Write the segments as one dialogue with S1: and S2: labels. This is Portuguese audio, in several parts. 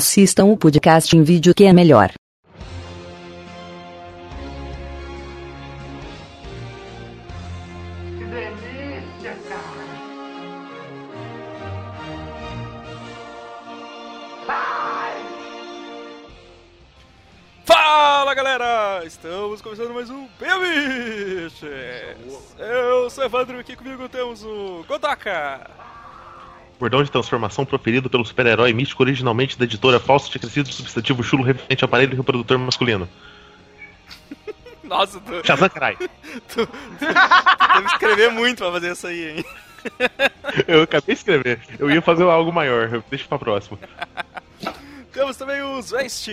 S1: Assistam o podcast em vídeo que é melhor.
S2: Que delícia, cara!
S3: Fala galera! Estamos começando mais um Bebiches! Eu sou o Evandro e aqui comigo temos o Godaka!
S4: Bordão de transformação proferido pelo super-herói místico originalmente da editora Falso tinha crescido o substantivo chulo referente ao aparelho reprodutor masculino.
S3: Nossa, tu, tu,
S4: Shazam, carai!
S3: tu deve escrever muito pra fazer isso aí, hein?
S4: Eu acabei de escrever. Eu ia fazer algo maior. eu- Deixa pra próxima.
S3: Temos também o Zwest!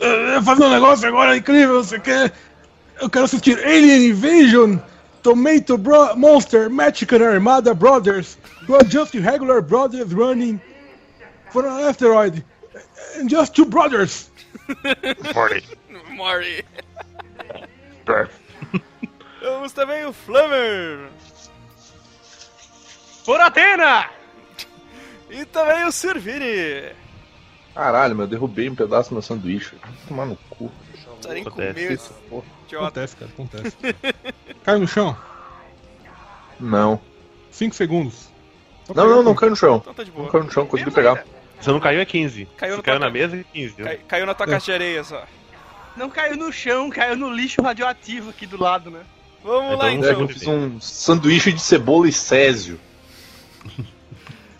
S5: Eu ia fazer um negócio agora incrível, você quer? Eu quero assistir Alien Invasion, Tomato Bro Monster, Mexican Armada Brothers, Who are Just Regular Brothers Running for an Asteroid, and Just Two Brothers.
S3: Mori! Temos também o Flamer!
S4: Por Atena!
S3: E também o Servini!
S6: Caralho, meu, eu derrubei um pedaço do meu sanduíche. Vai Tomar no cu.
S3: Precisa nem
S4: Acontece.
S3: comer esse
S6: Porra.
S3: idiota.
S5: Acontece, cara, acontece. Cai no chão,
S6: Não.
S5: 5 segundos. Só
S6: Não,
S5: pega
S6: não, não
S5: com-
S6: caiu no chão.
S3: Então tá de boa.
S6: Não caiu no chão, consegui
S3: Menos
S6: pegar.
S3: ainda.
S4: Se não caiu é 15.
S3: Caiu no
S4: Se caiu na
S3: papel.
S4: mesa é 15.
S3: Cai- caiu na tua caixa de areia só.
S7: Não caiu no chão, caiu no lixo radioativo aqui do lado, né?
S3: Vamos lá
S4: Então,
S3: então.
S6: Eu fiz um sanduíche de cebola e césio.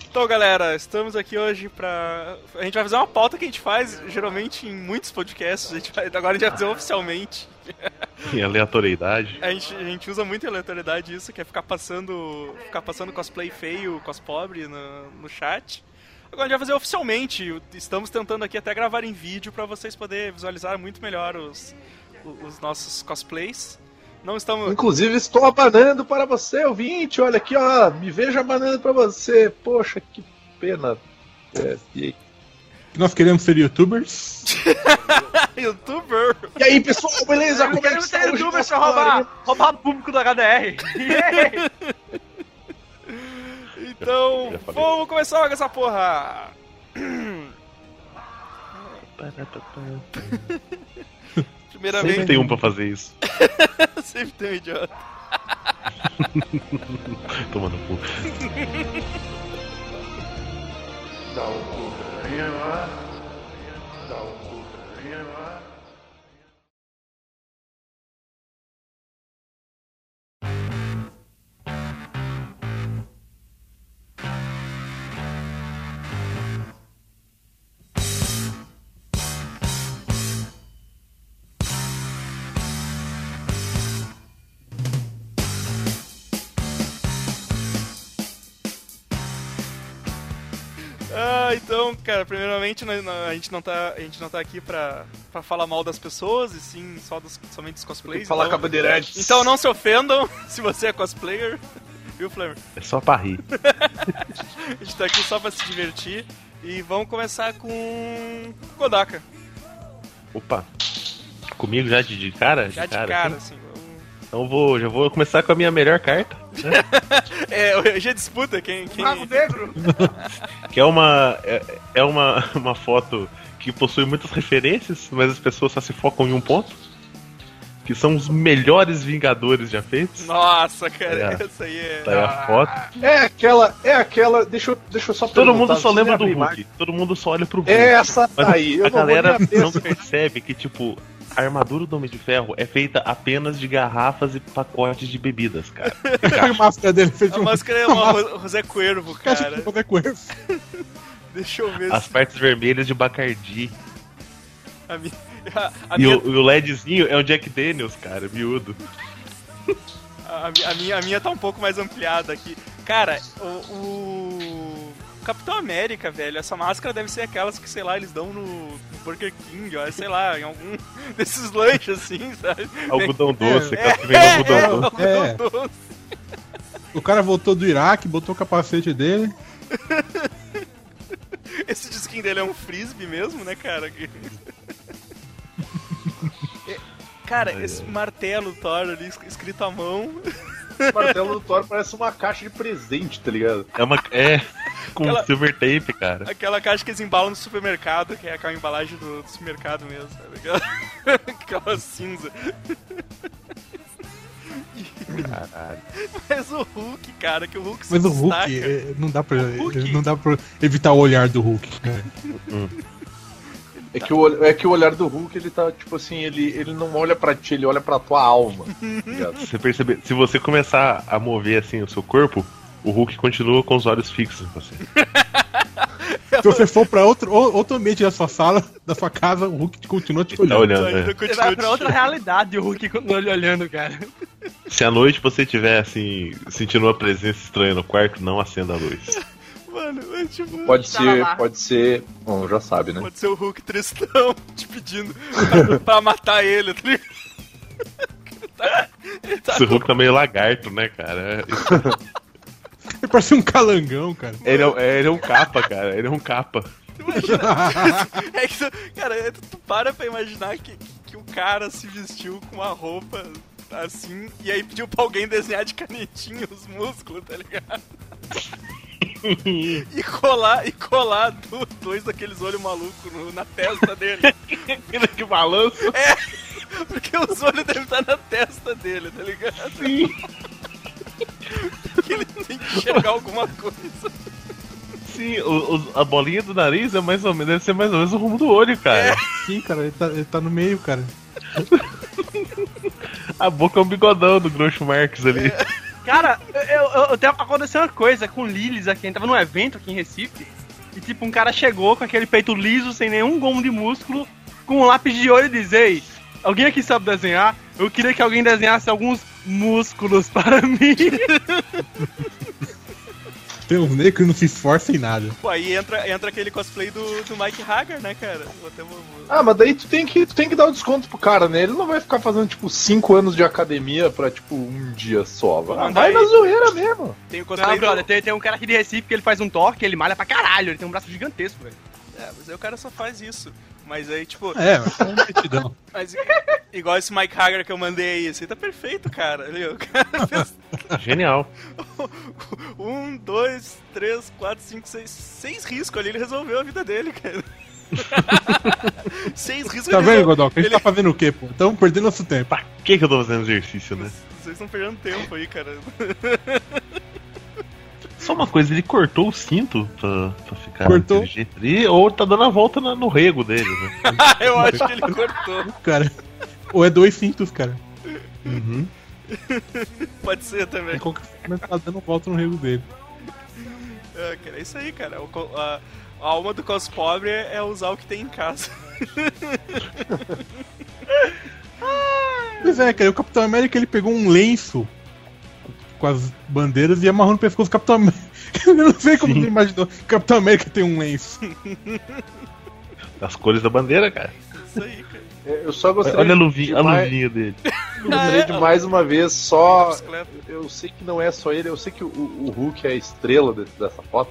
S3: Então, galera, estamos aqui hoje pra. A gente vai fazer uma pauta que a gente faz geralmente em muitos podcasts. A gente vai... Agora a gente vai fazer oficialmente.
S4: Em aleatoriedade.
S3: A gente, a gente usa muito a aleatoriedade isso, que é ficar passando, ficar passando cosplay feio, cos pobre no, no chat. Agora a gente vai fazer oficialmente. Estamos tentando aqui até gravar em vídeo pra vocês poderem visualizar muito melhor os, os nossos cosplays. Não estamos.
S6: Inclusive, estou abanando para você, ouvinte. Olha aqui, ó. Me vejo abanando para você. Poxa, que pena. É, e, aí?
S5: Nós queremos ser youtubers.
S3: Youtuber!
S6: E aí, pessoal, beleza?
S7: Eu
S6: Como é
S7: quero
S6: que
S7: ser
S6: está hoje?
S7: youtuber só roubar, roubar público do HDR.
S3: Então,
S4: Já falei.
S3: vamos começar logo essa porra!
S4: Sempre
S3: Primeiramente,
S4: tem um pra fazer isso.
S3: sempre tem um idiota.
S4: Tomando cu.
S3: Ah, então, cara, primeiramente nós- nós- a gente não tá, a gente não tá aqui pra, pra falar mal das pessoas, e sim só dos, somente dos cosplays.
S6: Falar com a
S3: então,
S6: Bandeirantes.
S3: então não se ofendam se você é cosplayer, viu, Flamer?
S4: É só pra rir.
S3: A gente tá aqui só pra se divertir. E vamos começar com. Godaka,
S4: Opa. Comigo já de, de cara?
S3: já de cara, assim. vamos-
S4: Então eu vou, já vou começar com a minha melhor carta.
S3: É, hoje é disputa quem. quem...
S7: Mago negro.
S4: Que é uma. É, é uma, uma foto que possui muitas referências, mas as pessoas só se focam em um ponto. Que são os melhores Vingadores já feitos.
S3: Nossa, cara,
S4: É.
S3: essa aí é.
S4: Tá aí a foto.
S6: É aquela, é aquela. Deixa eu, deixa eu só
S4: Todo
S6: perguntar,
S4: mundo só
S6: você
S4: lembra do
S6: abre
S4: Hulk.
S6: tá imagem?
S4: Todo mundo só olha pro Hulk.
S6: Essa
S4: Mas
S6: tá aí. Eu
S4: a
S6: não
S4: galera
S6: vou nem abrir
S4: não
S6: essa
S4: percebe que, tipo, a armadura do Homem de Ferro é feita apenas de garrafas e pacotes de bebidas, cara.
S5: A máscara dele fez
S3: A
S5: um.
S3: máscara é uma Ro- José Cuervo,
S5: Caixa de
S3: cara.
S5: qualquer coisa.
S3: Deixa eu ver
S4: As
S3: se.
S4: partes vermelhas de Bacardi.
S3: A minha, a, a
S4: E
S3: minha-
S4: o, e o LEDzinho é o Jack Daniels, cara, miúdo.
S3: A, a minha, a minha tá um pouco mais ampliada aqui. Cara, o, o Capitão América, velho, essa máscara deve ser aquelas que, sei lá, eles dão no Burger King, ó, sei lá, em algum desses lanches assim, sabe?
S4: Algodão doce,
S5: É,
S4: cara, que vem no algodão
S3: é,
S4: doce.
S3: algodão
S5: É.
S3: doce.
S5: O cara voltou do Iraque, botou o capacete dele.
S3: Esse disquinho dele é um frisbee mesmo, né, cara? É, Cara, esse martelo Thor ali es- escrito à mão.
S6: O martelo do Thor parece uma caixa de presente, tá ligado?
S4: É uma. É. com
S3: Aquela-
S4: silver tape, cara.
S3: Aquela caixa que eles embalam no supermercado, que é aquela embalagem do, do supermercado mesmo, sabe? Aquela, aquela cinza.
S4: Caralho.
S3: Mas o Hulk, cara, que o Hulk se
S5: Mas o
S3: destaca.
S5: Hulk, é, não dá pra,
S3: Hulk?
S5: não dá pra evitar o olhar do Hulk, né? cara.
S6: É que, o, olh- é que o olhar do Hulk, ele tá, tipo assim, ele, ele não olha pra ti, ele olha pra tua alma. tá ligado?
S4: Você percebe, se você começar a mover assim o seu corpo, o Hulk continua com os olhos fixos em você.
S5: Se você for pra outro, ou- outro ambiente da sua sala, da sua casa, o Hulk continua te
S4: Tá
S5: olhando.
S4: olhando,
S3: Ainda
S4: né?
S7: Você
S3: continua
S7: vai pra outra
S3: assistindo.
S7: realidade o Hulk quando ele olhando, cara.
S4: Se à noite você tiver assim, sentindo uma presença estranha no quarto, não acenda a luz.
S3: Mano, é tipo.
S6: Pode
S8: Tá
S6: ser,
S8: lá.
S6: pode ser. Bom, já sabe, né?
S3: Pode ser o Hulk tristão te pedindo pra, pra matar ele, tá ligado? Ele tá- ele tá-
S4: Esse Hulk tá meio lagarto, né, cara?
S5: Ele parece um calangão, cara.
S4: Ele é, ele é um capa, cara. Ele é um capa.
S3: É que, tu- cara, tu, tu para pra imaginar que, que, que o cara se vestiu com uma roupa assim e aí pediu pra alguém desenhar de canetinha os músculos, tá ligado? e colar, e colar do- dois daqueles olhos malucos no- na testa dele.
S4: que balanço.
S3: Porque os olhos devem estar na testa dele, tá ligado? Sim. que ele tem que enxergar alguma coisa.
S4: Sim, o- o- a bolinha do nariz é mais ou menos, deve ser mais ou menos o rumo do olho, cara.
S5: Sim, cara, ele tá, ele tá no meio, cara.
S4: A boca é um bigodão do Groucho Marx ali.
S7: Cara, eu, eu, eu, tenho- aconteceu uma coisa com o Lilis aqui, a gente tava num evento aqui em Recife, e tipo, um cara chegou com aquele peito liso, sem nenhum gomo de músculo, com um lápis de olho e diz, ei, alguém aqui sabe desenhar? Eu queria que alguém desenhasse alguns músculos para mim.
S5: Tem uns negros que não se esforçam em nada.
S3: Pô, aí entra, entra aquele cosplay do, do Mike Hagar, né, cara? Vou até vou- vou-
S6: Ah, mas daí tu tem que, tu tem que dar o desconto pro cara, né? Ele não vai ficar fazendo, tipo, 5 anos de academia pra, tipo, um dia só. Vai,
S3: Não,
S6: vai
S3: daí-
S6: na zoeira mesmo.
S3: Tem o cosplay
S7: Não,
S3: do-
S7: brother, tem, tem um cara aqui de Recife que ele faz um torque, ele malha pra caralho, ele tem um braço gigantesco, velho.
S3: É, mas aí o cara só faz isso. Mas aí, tipo,
S5: É, mas é uma metidão.
S3: mas, igual esse Mike Hagar que eu mandei aí, esse aí tá perfeito, cara. Ali, ó, o cara fez
S4: Genial.
S3: um, dois, três, quatro, cinco, seis, seis riscos ali, ele resolveu a vida dele, cara. seis riscos
S5: Tá
S3: ele
S5: vendo,
S3: resol-
S5: Godoca? A gente
S3: ele-
S5: tá fazendo o quê, pô? Estamos perdendo nosso tempo.
S4: Pra que que eu tô fazendo exercício, né?
S3: Vocês estão perdendo tempo aí, cara.
S4: Só uma coisa, ele cortou o cinto pra, pra ficar
S5: Cortou.
S4: daquele jeito ali, ou tá dando a volta na- no rego dele, né?
S3: eu acho que ele cortou.
S5: Ah, Cara, ou é dois cintos, cara.
S3: Pode ser também.
S5: É qualquer forma, ele tá dando volta no rego dele.
S3: É, cara, é isso aí, cara. O co- a, a alma do cos pobre é é usar o que tem em casa.
S5: Pois é, cara, o Capitão América ele pegou um lenço com as bandeiras e amarrou no pescoço do Capitão América. Eu não sei como ele imaginou que o Capitão América tem um lenço.
S4: As cores da bandeira, cara.
S3: Isso aí, cara.
S6: É, Eu só gostaria
S4: Olha a luvinha, a
S6: demais-
S4: luvinha dele.
S6: gostaria de mais uma vez só
S3: Bicicleta.
S6: Eu sei que não é só ele, eu sei que o, o Hulk é a estrela de- dessa foto,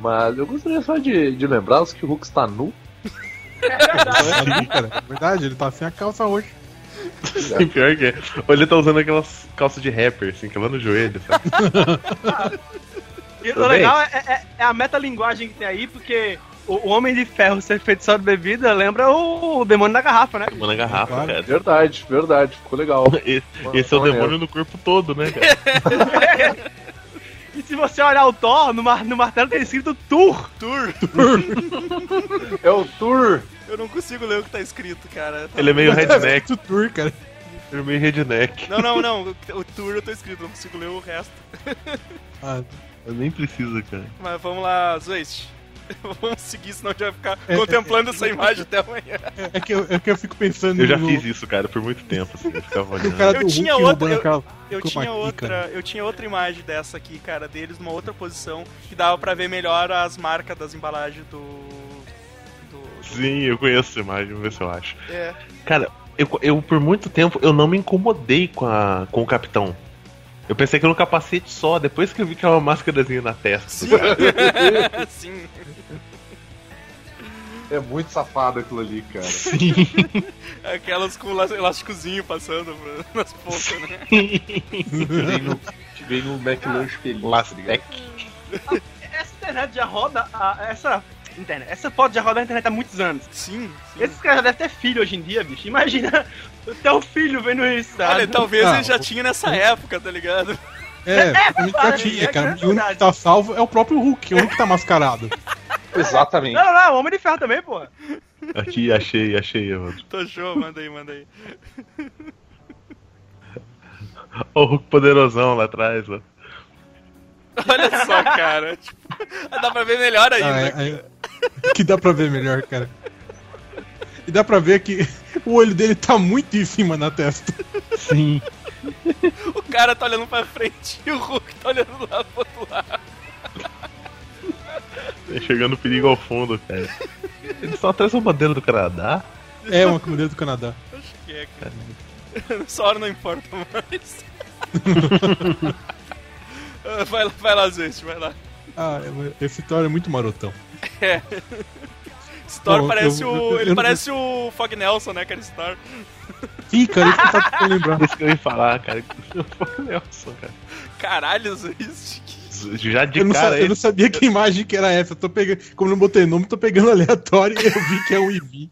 S6: mas eu gostaria só de, de lembrá-los que o Hulk está nu.
S3: assim,
S5: Ali, cara. É verdade, ele tá sem a calça roxa.
S4: E pior que é. Ou ele tá usando aquelas calças de rapper, assim, que é lá no joelho, sabe?
S7: E o
S6: Tudo
S7: legal é, é, é a metalinguagem que tem aí, porque o, o Homem de Ferro ser feito só de bebida lembra o, o Demônio da Garrafa, né?
S4: Tomando a garrafa,
S5: Claro.
S4: cara.
S6: Verdade, verdade, ficou legal.
S4: Esse, esse é o
S6: Maneiro.
S4: demônio no corpo todo, né, cara?
S7: E se você olhar o Thor, no, mar- no martelo tem escrito Tur.
S3: Tour.
S6: É o Tour!
S3: Eu não consigo ler o que tá escrito, cara. Tá-
S4: Ele é meio redneck,
S5: Muito tour, cara.
S4: ele é meio redneck.
S3: Não, não, não. O, o tour eu tô escrito, não consigo ler o resto.
S5: Ah,
S4: Eu nem preciso, cara.
S3: Mas vamos lá, Zwist. Vamos seguir, senão a gente vai ficar
S5: É,
S3: contemplando essa imagem até amanhã.
S5: é, que eu, é que eu fico pensando
S4: Eu já
S5: no-
S4: fiz isso, cara, por muito tempo, assim. Eu ficava
S5: no
S4: olhando.
S5: cara
S3: Eu
S5: do
S3: tinha
S5: Hulk
S3: outra-
S5: roubando aquela
S3: Eu
S5: Como
S3: tinha
S5: aqui,
S3: outra,
S5: cara.
S3: eu tinha outra imagem dessa aqui, cara, deles numa outra posição que dava pra ver melhor as marcas das embalagens do do, do-
S4: Sim, eu conheço essa imagem, vamos ver se eu acho.
S3: É.
S4: Cara, eu, eu por muito tempo eu não me incomodei com, a, com o capitão. Eu pensei que era um capacete só, depois que eu vi que era uma máscarazinha na testa.
S3: Sim. Sim.
S6: É muito safado aquilo ali, cara.
S3: Aquelas com las- elásticozinho passando pra- nas pontas, né?
S4: um
S6: Vem no, vem no McLunch feliz.
S4: Lastec.
S7: Essa, internet já roda. a- essa. Internet, essa foto já roda a internet há muitos anos.
S3: Sim, sim.
S7: Esses caras já devem ter filho hoje em dia, bicho. Imagina até o filho vendo isso, tá? sabe?
S3: Olha, tá- talvez
S5: Ah,
S3: ele já
S5: o-
S3: tinha nessa época, tá ligado?
S5: É, é já tinha, cara. E o único que tá salvo é o próprio Hulk, o único que tá mascarado.
S6: Exatamente.
S7: Não, não, não, Homem de Ferro também, porra.
S3: É
S4: Aqui, achei, achei, Evandro.
S3: Tô show, manda aí, manda aí.
S4: Olha o Hulk poderosão lá atrás, ó.
S3: Olha só, cara. Tipo, dá pra ver melhor ainda.
S5: Ah, é, é. que dá pra ver melhor, cara. E dá pra ver que o olho dele tá muito em cima na testa.
S4: Sim.
S3: O cara tá olhando pra frente e o Hulk tá olhando lá pro outro lado.
S4: Chegando perigo ao fundo, cara. Eles estão atrás da bandeira do Canadá.
S5: É uma bandeira do Canadá.
S3: Acho que é, cara. Essa hora não importa mais. Ah, vai lá, vai lá, gente, vai lá.
S5: Ah, esse Thor é muito marotão.
S3: É. Esse Thor
S5: Bom,
S3: parece
S5: eu-
S3: o.
S5: eu-
S3: Ele
S5: eu-
S3: parece o Fog Nelson, né, cara? Esse Thor.
S5: Ih, cara, isso que eu tava tentando lembrar.
S4: Isso que é eu ia falar, cara. Fuck Nelson, né, cara.
S3: Caralho, isso. que-
S4: Já de
S5: Eu não, sa-
S4: cara,
S5: eu não
S4: ele,
S5: sabia que imagem que era essa. Eu tô pegando, como não botei nome, tô pegando aleatório e eu vi que é um IV.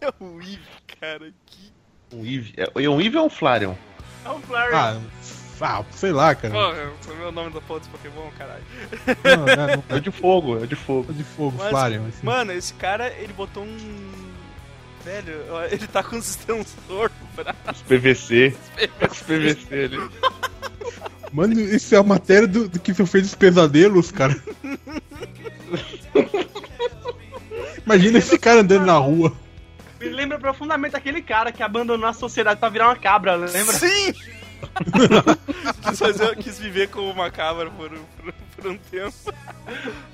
S3: É o Eve, cara. Que
S4: um Eve. É um Eve ou um Flareon?
S7: É um Flurry.
S5: Ah, ah, sei lá, cara.
S3: porra, foi meu nome da porra dos Pokémon, caralho.
S5: Não, é, não,
S4: É o de fogo, é o de fogo.
S5: é de fogo,
S3: Mas,
S5: Flarion. assim.
S3: Mano, esse cara, ele botou um. Velho, ó, ele tá com um sensor no braço.
S4: Os PVC. Tá com os PVC ali.
S5: Mano, isso é a matéria do, do que você fez dos pesadelos, cara. Imagina esse cara andando na rua.
S7: Me lembra profundamente aquele cara que abandonou a sociedade pra virar uma cabra, lembra?
S3: Sim! quis, fazer, quis viver com uma cabra por, um- por, um- por um tempo.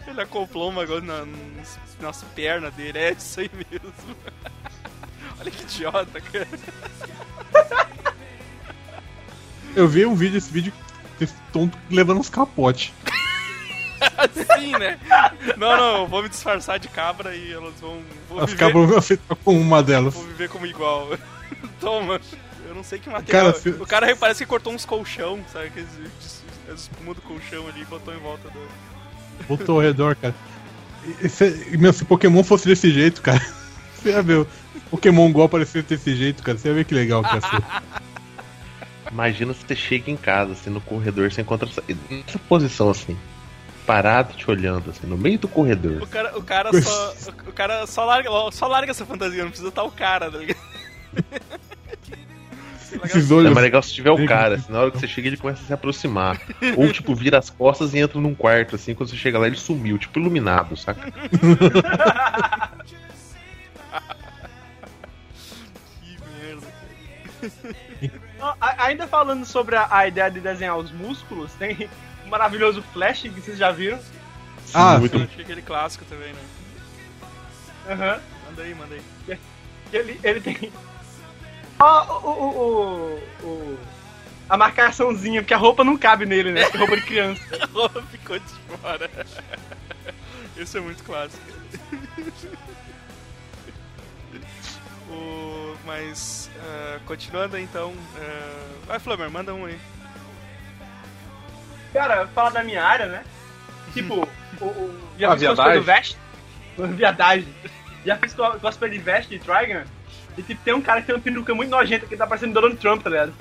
S3: Ele acoplou uma coisa na, nas, nas pernas dele, é isso aí mesmo. Olha que idiota, cara.
S5: Eu vi um vídeo, esse vídeo, esse tonto levando uns capotes.
S3: Assim, né? Não, não, eu vou me disfarçar de cabra e elas vão. vão
S5: As
S3: viver-
S5: cabras vão afetar com uma delas.
S3: Vou viver como igual. Toma. Eu não sei que material.
S5: Cara, se-
S3: O cara parece que cortou uns colchão, sabe? Aqueles es- as espuma do colchão ali e botou em volta do.
S5: Botou ao redor, cara. Esse, meu, se Pokémon fosse desse jeito, cara, você ia ver. o Pokémon Go aparecer desse jeito, cara, você ia ver que legal que ia ser.
S4: Imagina se você chega em casa, assim, no corredor, você encontra essa, essa posição assim. Parado te olhando, assim, no meio do
S3: O
S4: corredor.
S3: cara, o cara só. O cara só larga, só larga essa fantasia, não precisa estar o cara, tá ligado?
S5: Esses
S4: É
S5: olhos.
S4: mais legal se tiver o
S5: Legal.
S4: cara, assim, na hora que você chega ele começa a se aproximar. Ou, tipo, vira as costas e entra num quarto, assim, quando você chega lá ele sumiu, tipo, iluminado, saca?
S3: Que merda. cara.
S7: Ó, a- Ainda falando sobre a, a ideia de desenhar os músculos, tem o maravilhoso Flash que vocês já viram.
S5: Ah,
S4: muito
S3: Eu achei aquele clássico também, né?
S7: Aham.
S3: Manda aí, manda aí.
S7: Ele, ele tem. Ó, o, o, o, o- A marcaçãozinha, porque a roupa não cabe nele, né? Porque é roupa de criança.
S3: Ficou de fora. Isso é muito clássico. O- mas, ah, continuando então. ah, vai, Flamer, manda um aí.
S7: Cara, falar da minha área, né? Tipo, o, o,
S6: A
S7: já fiz cosplay
S6: viadagem.
S7: do Vest? Viadagem. Já fiz co- cosplay de Vest e Trigon. E tipo, tem um cara que tem uma peruca muito nojenta que tá parecendo Donald Trump, tá ligado?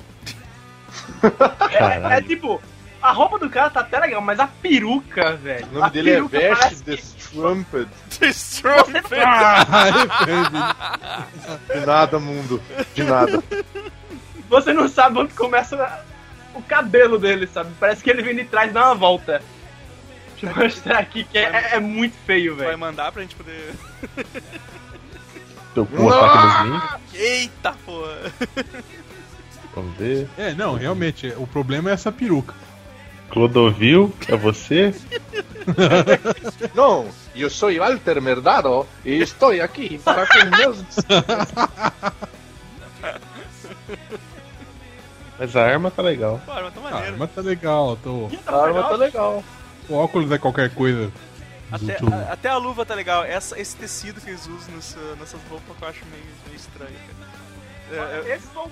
S7: É, é,
S4: caralho.
S7: tipo, a roupa do cara tá até legal, mas a peruca, velho.
S6: O nome
S7: a
S6: dele é
S7: peruca
S6: Vest
S7: parece-
S6: the Trumpet.
S3: Destroy!
S6: De nada, mundo. De nada.
S7: Você não sabe onde começa a- o cabelo dele, sabe? Parece que ele vem de trás e dá uma volta. Deixa eu mostrar aqui que é, é- é muito feio,
S3: Vai
S7: velho.
S3: mandar pra gente poder.
S4: Teu cu ataca nos ninjas,
S3: Eita porra!
S4: vamos ver.
S5: É, não, realmente, o problema é essa peruca.
S4: Clodovil, é você?
S6: Não, eu sou Walter Merdado e estou aqui para com meus.
S4: Mas a arma tá legal.
S3: Bora, mas tá
S5: Ah,
S3: maneiro.
S5: mas tá legal, tô...
S6: A arma tá legal.
S5: o óculos é qualquer coisa. um-
S3: até,
S5: Zutu.
S3: a, até a luva tá legal. Essa- esse tecido que eles usam nessa, nessas roupas que eu acho meio, meio estranho, cara. É, é-
S7: Esse foi um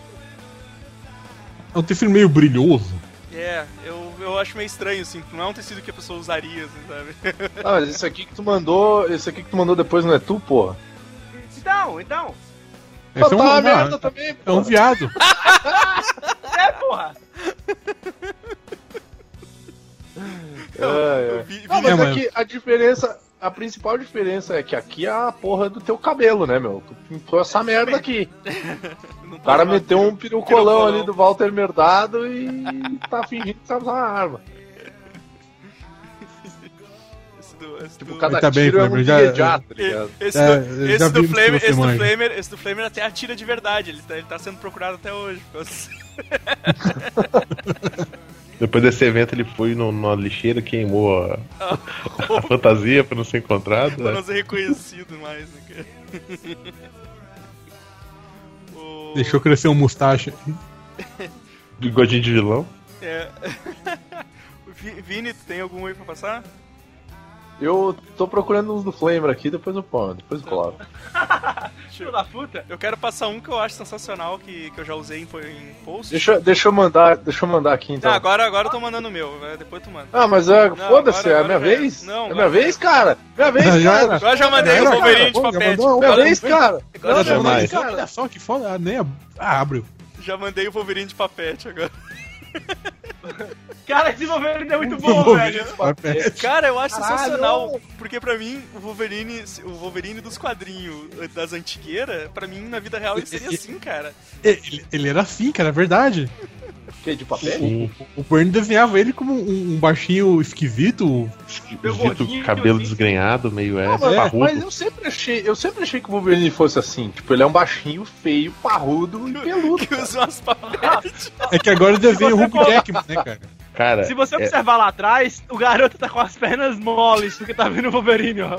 S5: É um tecido meio brilhoso.
S3: É, eu, eu acho meio estranho, assim, não é um tecido que a pessoa usaria, assim, sabe?
S6: Ah, mas esse aqui que tu mandou, esse aqui que tu mandou depois não é tu, porra?
S7: Então, então.
S5: Esse é um,
S6: Tá uma
S5: ah,
S6: merda também,
S5: é um
S6: porra.
S5: viado.
S7: É, porra.
S6: É, é.
S3: Eu vi, vi
S6: Não, mas
S5: Então- É, mas-
S6: aqui a diferença, a principal diferença é que aqui é a porra do teu cabelo, né, meu? Tu pintou essa merda aqui.
S3: não
S6: O cara
S3: posso-
S6: meteu um perucolão
S3: Perucolão.
S6: ali do Walter Merdado e tá fingindo que tá usando uma arma.
S3: Esse do, esse
S6: Tipo,
S3: do-
S6: cada
S5: Tá bem,
S6: tiro é um
S5: Kleber, já-
S6: imediato, tá ligado?
S3: Esse,
S5: É,
S3: do,
S5: eu
S3: esse,
S5: já
S3: do
S5: vi isso que
S3: Flamer,
S5: você
S3: esse, do
S5: manja.
S3: Flamer, esse do Flamer até atira de verdade, ele tá, ele tá sendo procurado até hoje. por causa-
S4: Depois desse evento ele foi no, na lixeira, queimou a, a fantasia pra não ser encontrado.
S3: pra
S4: né?
S3: não ser reconhecido mais, né, cara? O-
S5: Deixou crescer um mustache.
S4: Bigodinho de vilão.
S3: é. O Vi- Vini, tu tem algum aí pra passar?
S6: Eu tô procurando uns do Flamer aqui, depois eu ponho, depois eu coloco.
S7: Filho da puta.
S3: Eu quero passar um que eu acho sensacional, que, que eu já usei em, po- em post.
S6: Deixa, deixa eu mandar, deixa eu mandar aqui então.
S3: Tá, agora, agora eu tô mandando o meu, né? depois tu manda.
S6: Ah, mas é,
S3: Não,
S6: foda-se,
S3: agora-
S6: é a
S3: agora
S6: minha
S3: já-
S6: vez?
S3: não,
S6: é a minha
S3: agora-
S6: vez, cara? Minha
S5: Ah,
S6: vez,
S5: já
S6: cara?
S5: era.
S3: Agora já mandei o
S5: Era,
S3: Wolverine de
S5: Pô, já
S3: papete.
S5: mandou um,
S6: Minha
S5: cara.
S6: vez, cara?
S3: Agora
S6: Não,
S4: já
S6: minha
S4: vai.
S6: vez,
S5: Cara, Olha
S6: cara.
S5: só que foda. Ah, nem ab- ah, abriu.
S3: Já mandei o Wolverine de papete agora.
S7: Cara, esse Wolverine é muito
S5: Não
S7: bom,
S5: vou
S7: velho.
S5: ver esse papel.
S3: Cara, eu acho
S6: Caralho!
S3: sensacional, porque pra mim o Wolverine, o Wolverine dos quadrinhos eh, das antiqueiras, pra mim na vida real ele seria assim, cara.
S5: Ele, ele era assim, cara, é verdade.
S6: Que de papel?
S4: Sim.
S5: O Bernie desenhava ele como um, um baixinho esquisito.
S4: Esquisito, cabelo desgrenhado, meio
S6: assim. Não,
S4: é,
S6: mas, mas
S4: parrudo.
S6: eu sempre achei, eu sempre achei que o Wolverine fosse assim. Tipo, ele é um baixinho, feio, parrudo e peludo.
S3: Que
S6: cara.
S3: usa umas papetes.
S5: É que agora desenha o
S7: você
S5: Hulk
S7: for-
S5: Jackman, né, cara?
S4: Cara,
S7: Se você
S4: é-
S7: observar lá atrás, o garoto tá com as pernas moles, porque tá vindo o Wolverine, ó.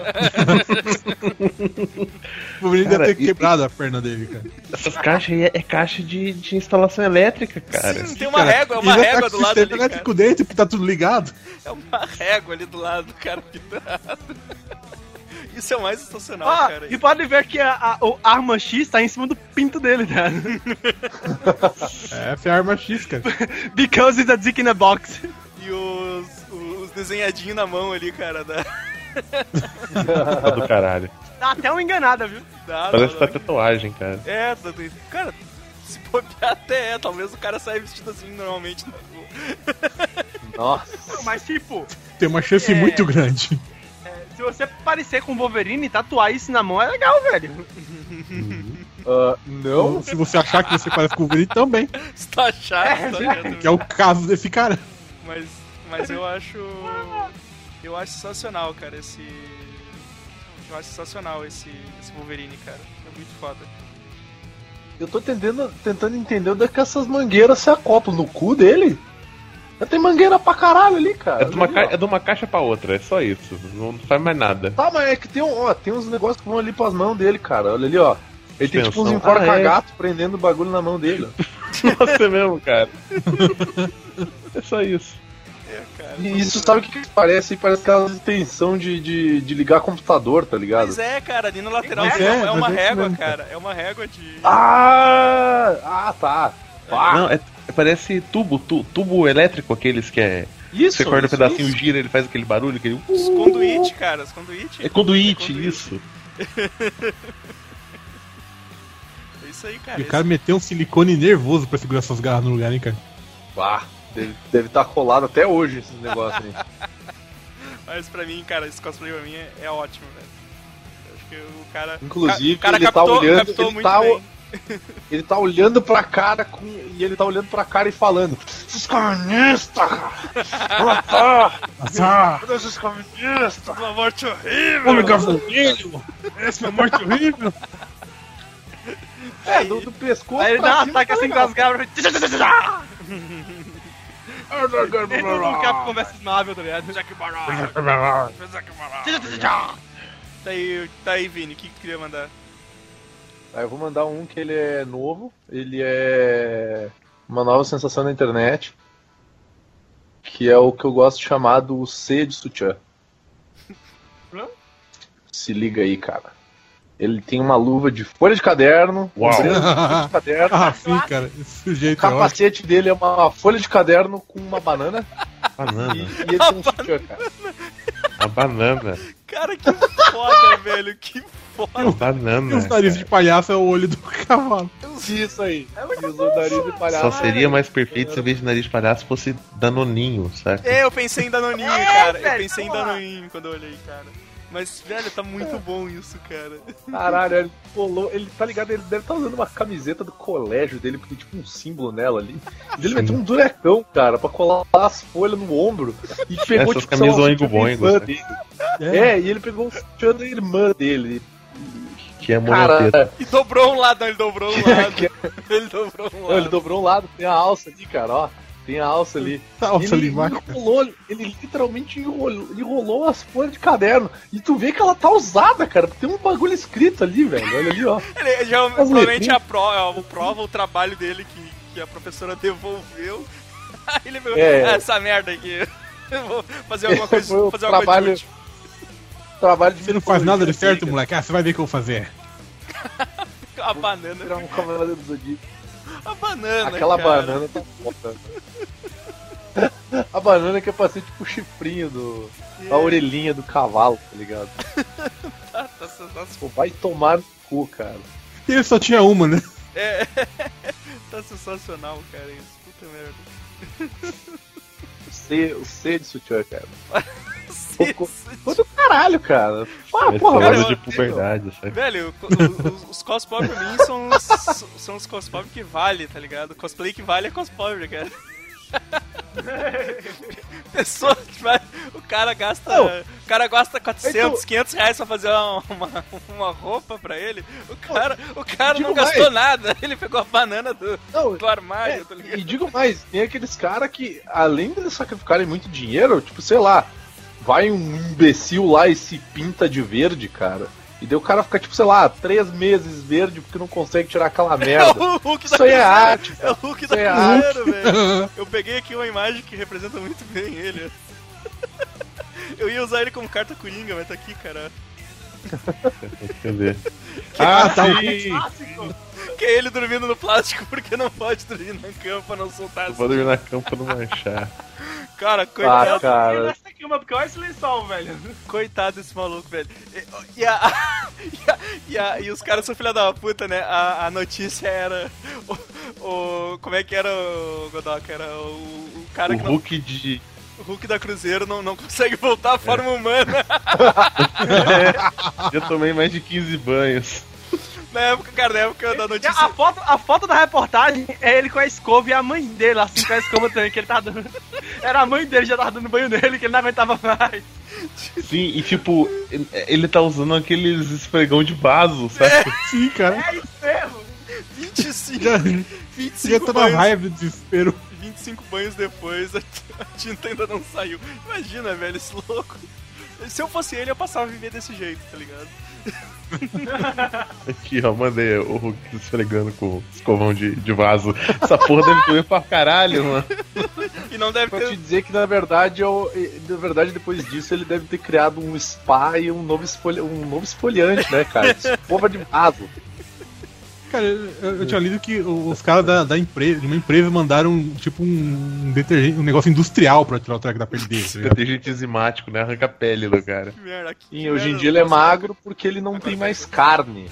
S5: O Wolverine
S4: Cara,
S5: deve ter
S4: e-
S5: quebrado a perna dele, cara.
S4: essas caixas aí é, é caixa de, de instalação elétrica, cara.
S3: Sim, tem uma
S5: Cara,
S3: régua, é uma
S5: ele já tá
S3: régua
S5: com
S3: do
S5: o
S3: lado
S5: sistema
S3: ali, cara.
S5: elétrico dentro que tá tudo ligado.
S3: É uma régua ali do lado, cara, que tá. Isso é o mais sensacional,
S7: Ah,
S3: cara.
S7: e pode ver que a, a- o arma X tá em cima do pinto dele, tá?
S5: É, essa é a arma X, cara.
S7: Because it's a dick in a box.
S3: E os, os desenhadinhos na mão ali, cara, da...
S4: Tá do caralho.
S7: Tá até uma enganada, viu?
S3: da-
S4: Parece que
S3: da-
S4: tá tatuagem, cara.
S3: É, do- do- cara, se bobear até é, talvez o cara saia vestido assim normalmente.
S6: Nossa.
S7: Mas, tipo,
S5: Tem uma chance
S7: É.
S5: muito grande.
S7: se você parecer com o Wolverine, tatuar isso na mão é legal, velho.
S6: Ah, não?
S5: Ou Então, se você achar que você parece com o Wolverine também,
S3: Está chato, tá ligado?
S5: que é o caso desse cara.
S3: Mas, mas eu acho. Eu acho sensacional, cara, esse. Eu acho sensacional esse, esse Wolverine, cara. É muito foda.
S6: Eu tô tentando, tentando entender onde é que essas mangueiras se acoplam no cu dele. Mas Tem mangueira pra caralho ali, cara.
S4: É de, uma
S6: Ali,
S4: ca...
S6: ó.
S4: é de uma caixa pra outra, é só isso. Não não faz mais nada.
S6: Tá, mas é que tem, um, ó, tem uns negócios que vão ali pras mãos dele, cara. Olha ali, ó. Ele tem tipo uns
S4: Suspensão.
S6: enforca-gato prendendo o bagulho na mão dele. ó.
S4: Você mesmo, cara. É só isso.
S3: É, cara.
S6: E isso sabe o que, que parece? Parece aquelas extensão de, de, de ligar computador, tá ligado?
S3: Mas é, cara, ali no lateral
S5: Mas
S3: dele é,
S5: é,
S3: uma
S5: mas é isso
S3: régua,
S5: mesmo,
S3: cara. É uma régua de.
S6: Ah! Ah, tá. Pá.
S4: Não, é, é- parece tubo, tu- tubo elétrico, aqueles que é.
S6: Isso,
S4: Você corta um
S6: isso,
S4: pedacinho,
S6: isso.
S4: gira, ele faz aquele barulho, aquele. uh,
S3: Os conduíte, cara. Os conduíte.
S4: É conduíte,
S3: É conduíte.
S4: isso.
S3: É isso aí, cara.
S5: E o cara meteu um silicone nervoso pra segurar suas garras no lugar, hein, cara.
S6: Pá. Deve estar colado até hoje esses negócios aí.
S3: Esse- Mas pra mim, cara, esse cosplay pra mim é, é ótimo, velho. Eu Acho que o cara.
S6: Inclusive,
S3: o cara
S6: ele tá
S3: captou,
S6: olhando,
S3: captou
S6: ele
S3: muito
S6: tá
S3: bem.
S6: Ele tá olhando pra cara com... e ele tá olhando pra cara e falando: Esses comunistas, cara! Matar
S5: Azar!
S6: todos esses comunistas!
S3: Uma morte horrível!
S5: Ô, Gavanilho! Essa é uma morte horrível!
S6: É, do, do pescoço.
S7: Aí ele
S6: pra
S7: dá um
S6: cima,
S7: ataque
S6: tá
S7: assim com
S6: legal.
S7: as garras. Dentro do Capcom vs Marvel, tá ligado?
S3: Tá aí, tá aí, Vini, o que que tu queria mandar?
S6: Aí eu vou mandar um que ele é novo, ele é uma nova sensação na internet, que é o que eu gosto de chamar do C de sutiã.
S7: Hã?
S6: Se liga aí, cara. Ele tem uma luva de folha de caderno.
S4: Uau.
S6: um brinco de folha de caderno.
S5: Ah, sim, cara. Esse
S6: O
S5: sujeito é ótimo.
S6: capacete dele é uma folha de caderno com uma banana e,
S4: Banana.
S6: e ele tem um sutiã, cara.
S4: A banana.
S3: Cara, que foda, velho. Que
S4: A
S3: foda.
S4: banana.
S5: E os narizes de
S4: cara.
S5: palhaço é o olho do cavalo.
S6: Isso aí. E usou o nariz de palhaço.
S4: Só
S6: é
S4: seria mais perfeito se o vez de nariz de palhaço fosse danoninho, saca?
S3: É, eu pensei em Danoninho,
S7: É,
S3: cara. Eu
S7: velho,
S3: pensei em
S7: vamos lá.
S3: Danoninho quando eu olhei, cara. Mas, velho, tá muito bom isso, cara.
S6: Caralho, ele colou. Ele tá ligado, ele deve estar usando uma camiseta do colégio dele, porque tem tipo um símbolo nela ali. E Ele
S4: Sim.
S6: meteu um durecão, cara, pra colar as folhas no ombro. E pegou
S4: Essas
S6: sei lá,
S4: camisas
S5: é
S6: um
S4: oingo
S6: sutiã da
S4: boingo,
S6: irmã
S4: né?
S6: dele. É, e ele pegou um sutiã da irmã dele.
S4: Que é monoteta.
S6: Cara,
S3: E dobrou um lado, não, ele dobrou um lado. Ele dobrou um
S6: não, ele
S3: lado.
S6: dobrou um lado, tem a alça ali, cara, ó. Tem a alça ali.
S5: Tá, ó,
S6: ele
S5: Salimaca.
S6: enrolou, ele literalmente enrolou, enrolou as folhas de caderno. E tu vê que ela tá usada, cara. Tem um bagulho escrito ali, velho. Olha ali, ó.
S3: Ele É, já
S6: Mas,
S3: provavelmente
S6: Levi-
S3: aprova, aprova o trabalho dele que, que a professora devolveu. Aí ele veio,
S6: É.
S3: "Ah, essa merda aqui. Eu vou fazer alguma coisa,
S6: Foi o
S3: fazer alguma
S6: trabalho-
S3: coisa de útil.
S6: Trabalho de assim,
S5: Você não faz nada de certo,
S6: mano.
S5: moleque. Ah, você vai ver o que eu vou fazer.
S3: A banana.
S6: Era um Cavaleiro do Zodíaco.
S3: A banana,
S6: Aquela
S3: cara.
S6: banana tá foda. A banana que é pra ser tipo o chifrinho do.
S3: É,
S6: A orelhinha do cavalo, tá ligado?
S3: Nossa, nossa,
S6: Pô, vai tomar no cu, cara.
S5: E ele só tinha uma, né?
S3: é. tá sensacional, cara, isso. Puta merda.
S6: O C, o C de sutiã, cara.
S3: Sim, sim.
S6: Pô, do caralho, cara. Ah,
S4: É
S6: porra,
S4: trabalho
S6: mas-
S4: de puberdade, saca?
S3: Velho, co- os, os cosplay pra mim são os, são os cosplay que vale, tá ligado? Cosplay que vale é cosplay, cara. Pessoa que vai, o cara gasta,
S6: Não. É
S3: o cara gasta 400, 500 reais pra fazer uma, uma, uma roupa pra ele. O cara, o cara não
S6: digo
S3: gastou
S6: mais.
S3: nada, ele pegou a banana do,
S6: Não,
S3: do armário, tá
S6: É, e
S3: ligado?
S6: digo mais, tem aqueles caras que, além deles sacrificarem muito dinheiro, tipo, sei lá, vai um imbecil lá e se pinta de verde, cara. E daí o cara fica, tipo, sei lá, três meses verde porque não consegue tirar aquela
S3: É
S6: merda.
S3: o Hulk da
S6: Isso aí é
S3: cozinha.
S6: arte,
S3: É o Hulk da
S6: Isso é
S3: cozinheira, velho. Eu peguei aqui uma imagem que representa muito bem ele. Eu ia usar ele como carta coringa, mas tá aqui, cara.
S4: Quer ver?
S5: Ah, tá.
S3: Que é ele dormindo no plástico porque não pode dormir na cama pra não soltar.
S4: Eu vou dormir na cama pra não manchar.
S3: Cara,
S6: Ah,
S3: coitado,
S7: E
S6: cara.
S7: nessa cama, é porque olha esse lençol, velho.
S3: coitado desse maluco, velho. E, e a- e a- e a- e os caras são filha da puta, né? A, a notícia era. O, o- como é que era o Godok? Era o, o cara
S4: O
S3: que não
S4: Hulk de.
S3: O Hulk da Cruzeiro não, não consegue voltar à forma humana.
S4: Eu tomei mais de 15 banhos.
S3: Na época, cara, na época da
S7: E A
S3: notícia.
S7: foto, a foto da reportagem é ele com a escova e a mãe dele, assim, com a escova também, que ele tava dando. Era a mãe dele, já tava dando banho nele, que ele não aguentava mais.
S4: Sim, e tipo, ele- ele tá usando aqueles esfregão de vaso, sabe?
S5: Sim, cara.
S7: É isso mesmo.
S3: 25,
S5: Já, já
S3: 25,
S5: tá na
S3: banhos,
S5: raiva do desespero.
S3: 25 banhos depois, a t- a tinta ainda não saiu. Imagina, velho, esse louco. Se eu fosse ele, eu passava a viver desse jeito, tá ligado?
S4: Aqui, ó, mandei o Hulk esfregando com escovão de, de vaso. Essa porra deve doer pra caralho, mano.
S3: E não deve
S6: Pra te
S3: ter.
S6: dizer que na verdade, eu, e- na verdade, depois disso, ele deve ter criado um spa e um novo, esfoli, um novo esfoliante, né, cara? Escova de vaso.
S5: Cara, eu, eu tinha lido que o- os caras da, da empresa, de uma empresa mandaram tipo um detergente, um negócio industrial pra tirar o treco da pele dele. tá ligado?
S4: Detergente enzimático, né? Arranca a pele do cara.
S3: Que merda, que
S6: E hoje em
S3: merda,
S6: dia ele é
S3: nossa.
S6: magro porque ele não
S3: tá
S6: tem mais carne.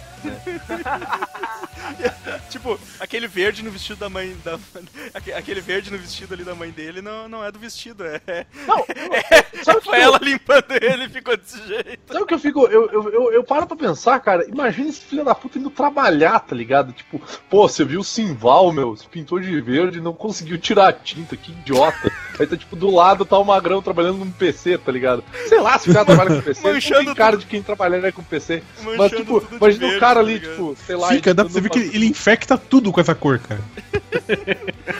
S3: Tipo, aquele verde no vestido da mãe. Da... aque- Aquele verde no vestido ali da mãe dele não, não é do vestido, é.
S6: Não, sabe o que
S3: Foi
S6: eu-
S3: ela limpando ele e ficou desse jeito.
S6: Sabe o que eu fico? Eu, eu, eu, eu paro pra pensar, cara. Imagina esse filho da puta indo trabalhar, tá ligado? Tipo, pô, você viu o Simval, meu? Se pintou de verde e não conseguiu tirar a tinta, que idiota. Aí tá, tipo, do lado tá o Magrão trabalhando num PC, tá ligado? Sei lá se o cara trabalha com PC. não
S3: Manchando
S6: tem cara de quem trabalharia com PC. Mas,
S3: Manchando
S6: tipo,
S3: tudo de
S6: imagina
S3: verde,
S6: o cara
S3: tá
S6: ali,
S3: ligado?
S6: tipo, sei lá.
S5: Sim, cara, dá pra você
S6: tentando
S5: ver que
S6: fazer-
S5: ele, ele infecta tudo com essa cor, cara.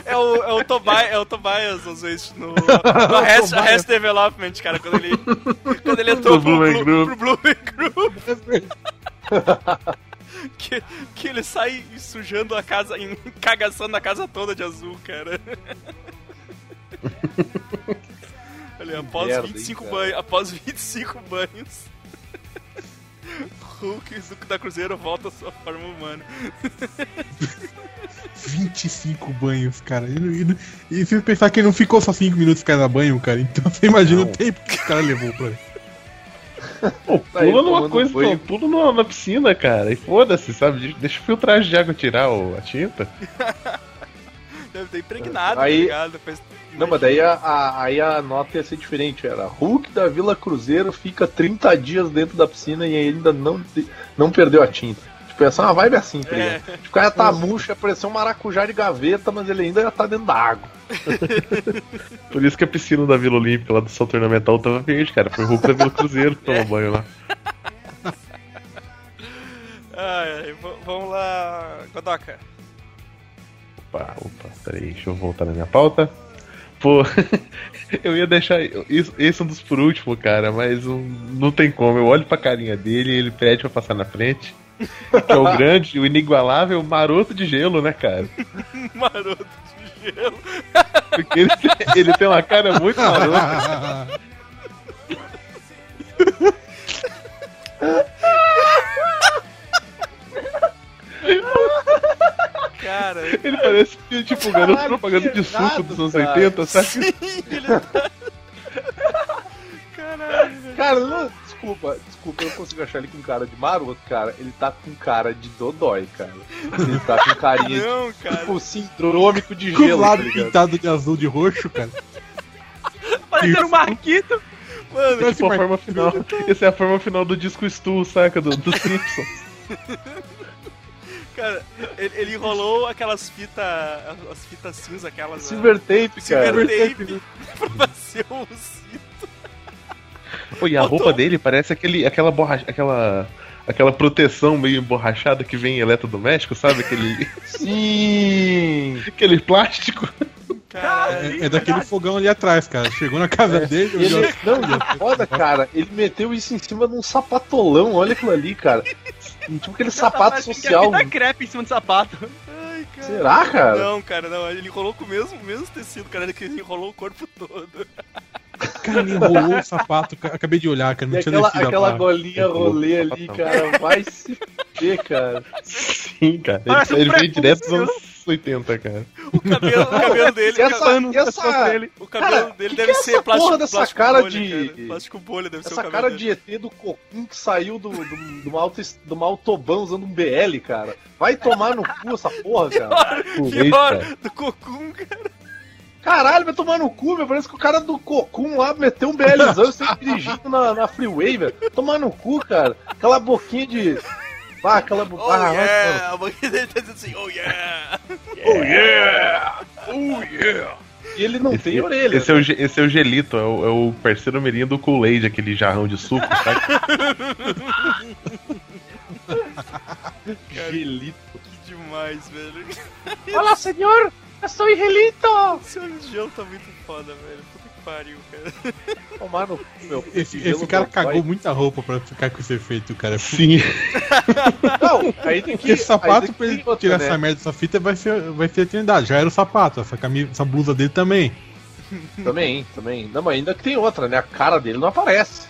S3: É o, é o, Tobias, é o Tobias, às vezes, no, no Arrest, Arrest Development, cara, quando ele, quando ele entrou
S4: No
S3: pro,
S4: Bloomin'
S3: Blue-
S4: Group.
S3: pro Blooming Group. Que, que ele sai sujando a casa, em- cagaçando a casa toda de azul, cara. Olha, após,
S6: merda, hein,
S3: 25
S6: cara.
S3: banhos, após 25 banhos, Hulk da Cruzeiro volta à sua forma humana.
S5: 25 banhos, cara. E, e, e se pensar que ele não ficou só 5 minutos cada banho, cara, então você imagina
S4: Não.
S5: o tempo que o cara levou pra.
S4: Pô,
S6: Aí,
S4: pula numa
S6: tomando
S4: coisa,
S6: banho.
S4: pô, pula numa, na piscina, cara, e foda-se, sabe? Deixa o filtragem de água tirar o- a tinta.
S3: Deve ter impregnado,
S6: Aí-
S3: tá ligado? Faz-
S6: Não, mas daí a, a- aí a nota ia ser diferente. Era Hulk da Vila Cruzeiro fica 30 dias dentro da piscina e ainda não, te- não perdeu a tinta. Tipo, essa é uma vibe assim, tá ligado? Tipo, o cara tá murcha, pareceu um maracujá de gaveta, mas ele ainda tá dentro da água.
S4: Por isso que a piscina da Vila Olímpica lá do Salto Ornamental tava verde, cara. Foi o Hulk da Vila Cruzeiro que tomou banho lá.
S3: Ai, ai, v- vamos lá, Godoka.
S4: Opa, opa, peraí, deixa eu voltar na minha pauta. Pô, eu ia deixar isso, esse um dos por último, cara, mas um- não tem como. Eu olho pra carinha dele e ele pede pra passar na frente. Que é o grande, o inigualável maroto de gelo, né, cara?
S3: Maroto de gelo.
S4: Porque ele, tem- ele tem uma cara muito marota.
S3: Cara,
S4: Ele parece que, tipo, o garoto propaganda de suco dos anos 80, sabe?
S3: ele tá... Caralho.
S6: Cara, não- desculpa, desculpa, eu não consigo achar ele com cara de maroto, cara. Ele tá com cara de dodói, cara. Ele tá com carinha de
S3: Não, cara.
S6: tipo sindrômico de
S5: Com o
S6: gelo, tá
S5: lado
S6: ligado?
S5: pintado de azul de roxo, cara.
S6: Tipo,
S7: Parecendo um Marquito.
S5: Então,
S3: Mano,
S5: assim,
S4: Tipo, a forma final. Essa é a forma final do disco Stu, saca? Do, do Simpsons.
S3: cara, ele, ele enrolou aquelas fitas. As fitas cinza, aquelas. né?
S6: Silver tape, cara.
S3: Silver tape pra fazer o cinto.
S4: Pô, e a roupa dele parece aquele, aquela borracha. Aquela. Aquela proteção meio emborrachada que vem em eletrodoméstico, sabe? Aquele,
S6: Sim!
S4: aquele plástico.
S3: Caralho.
S5: É, é daquele fogão ali atrás, cara. Chegou na casa dele,
S6: É. E Ele,
S5: olhou.
S6: não, e o foda, cara, ele meteu isso em cima de um sapatolão, olha aquilo ali, cara. Tipo aquele sapato
S3: é
S6: social.
S3: um-
S7: Tá crepe em cima do sapato.
S3: Ai, cara.
S6: Será, cara?
S3: Não, cara, não. Ele enrolou com o mesmo, o mesmo tecido, cara. Ele que enrolou o corpo todo.
S5: Cara, ele enrolou o sapato. cara. Acabei de olhar, cara.
S6: E
S5: Não tinha
S6: aquela,
S5: descido a
S6: aquela
S5: barra.
S6: golinha rolê ali,
S4: sapatão.
S6: cara, vai se fuder, cara.
S4: Sim, cara. Ele,
S7: Parece um
S4: ele veio
S7: prepúcio.
S4: direto dos anos 80, cara.
S3: O cabelo, o cabelo dele.
S6: essa-
S3: o cabelo-
S6: e essa-
S3: o cabelo dele, o cabelo
S6: cara,
S3: dele
S6: que
S3: deve
S6: que é
S3: ser
S6: essa
S3: plástico,
S6: porra dessa
S3: plástico
S6: cara
S3: bolha,
S6: de-
S3: cara. Plástico bolha deve ser o
S6: Essa
S3: cabelo
S6: cara
S3: dele.
S6: de ET do Cocum que saiu do, do, de, uma auto, de uma autobahn usando um BL, cara. Vai tomar no cu essa porra, cara.
S4: O
S3: Pior,
S4: Eita.
S3: do Cocum, cara.
S6: Caralho, vai tomar no cu, meu. Parece que o cara do Cocum lá meteu um BLzão e saiu dirigindo na, na freeway, velho. Tomar no cu, cara. Aquela boquinha de. Ah, aquela boquinha.
S3: Oh,
S6: ah, vai tomar no
S3: yeah. A boquinha dele tá dizendo assim, oh, yeah.
S6: E ele não tem orelha. né?
S4: Esse é, o, ge- esse é o gelito, é o, é o parceiro mirim do Kool-Aid, aquele jarrão de suco, sabe?
S6: Gelito.
S3: Que demais, velho.
S6: Olá, senhor! Eu sou Gelito!
S3: Esse ano de gelo tá muito foda, velho. Puta que pariu, cara.
S6: Tomar no cu, meu.
S5: Esse, esse
S6: Gelo
S5: cara
S6: do
S5: cagou
S6: pai.
S5: muita roupa pra ficar com esse efeito, cara.
S4: Sim.
S6: Não, aí tem que.
S5: Esse
S6: aí
S5: sapato,
S6: tem
S5: pra ele
S6: que outra,
S5: tirar
S6: né?
S5: essa merda dessa fita, vai ser, vai ser eternidade. Já era o sapato, essa, camisa, essa blusa dele também.
S6: Também, também. Não, mas ainda que tem outra, né? A cara dele não aparece.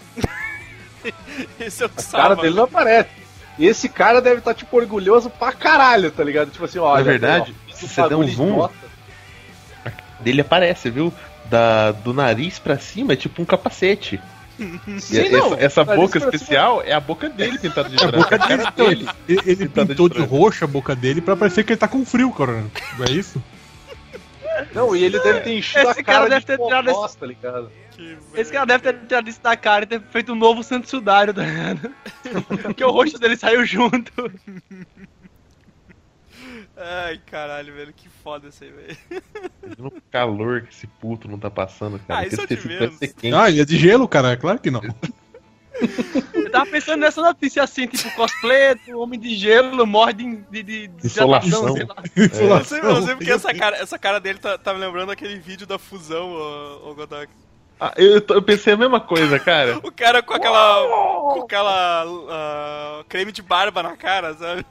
S3: Esse é o que
S6: A cara
S3: salva.
S6: dele não aparece. E esse cara deve estar, tipo, orgulhoso pra caralho, tá ligado? Tipo assim,
S5: É
S6: olha.
S4: verdade,
S6: ó,
S4: se você der um
S6: bagulho
S4: zoom,
S6: idiota.
S4: Dele aparece, viu? Da, do nariz pra cima é tipo um capacete. E
S6: Sim,
S4: essa-
S6: não.
S4: essa
S6: Nariz
S4: boca
S6: pra cima.
S4: especial é a boca dele pintada de
S5: A
S4: branco. É
S5: boca
S4: a cara
S5: dele, então, ele, ele- ele
S4: Pintada de
S5: pintou de
S4: branco.
S5: roxo a boca dele pra parecer que ele tá com frio, cara. Não é isso?
S6: Não, e ele deve ter enchido
S7: Esse
S6: a cara,
S7: cara deve
S6: de
S7: ter tirado
S6: popós, tá ligado?
S3: Que
S7: Esse cara deve ter tirado isso da cara e ter feito um novo santo sudário, tá ligado? Porque o rosto dele saiu junto.
S3: Ai, caralho, velho. Que foda isso aí, velho.
S4: Imagina o Tá calor que esse puto não tá passando, cara.
S3: Ah, isso
S4: Aquele
S3: é de
S4: tecido tá
S3: menos.
S4: deve ser quente.
S5: Ah, ele é de gelo, cara. Claro que não.
S7: Eu tava pensando nessa notícia assim, tipo, cosplay, do homem de gelo, morre de, de, de, de
S4: Insolação.
S7: sei lá.
S3: Eu sei, eu sei porque essa cara, essa cara dele tá, tá me lembrando aquele vídeo da fusão, ô, ô Godok.
S4: Ah, eu, tô- eu pensei a mesma coisa, cara.
S3: O cara com aquela. com aquela. ah, creme de barba na cara, sabe?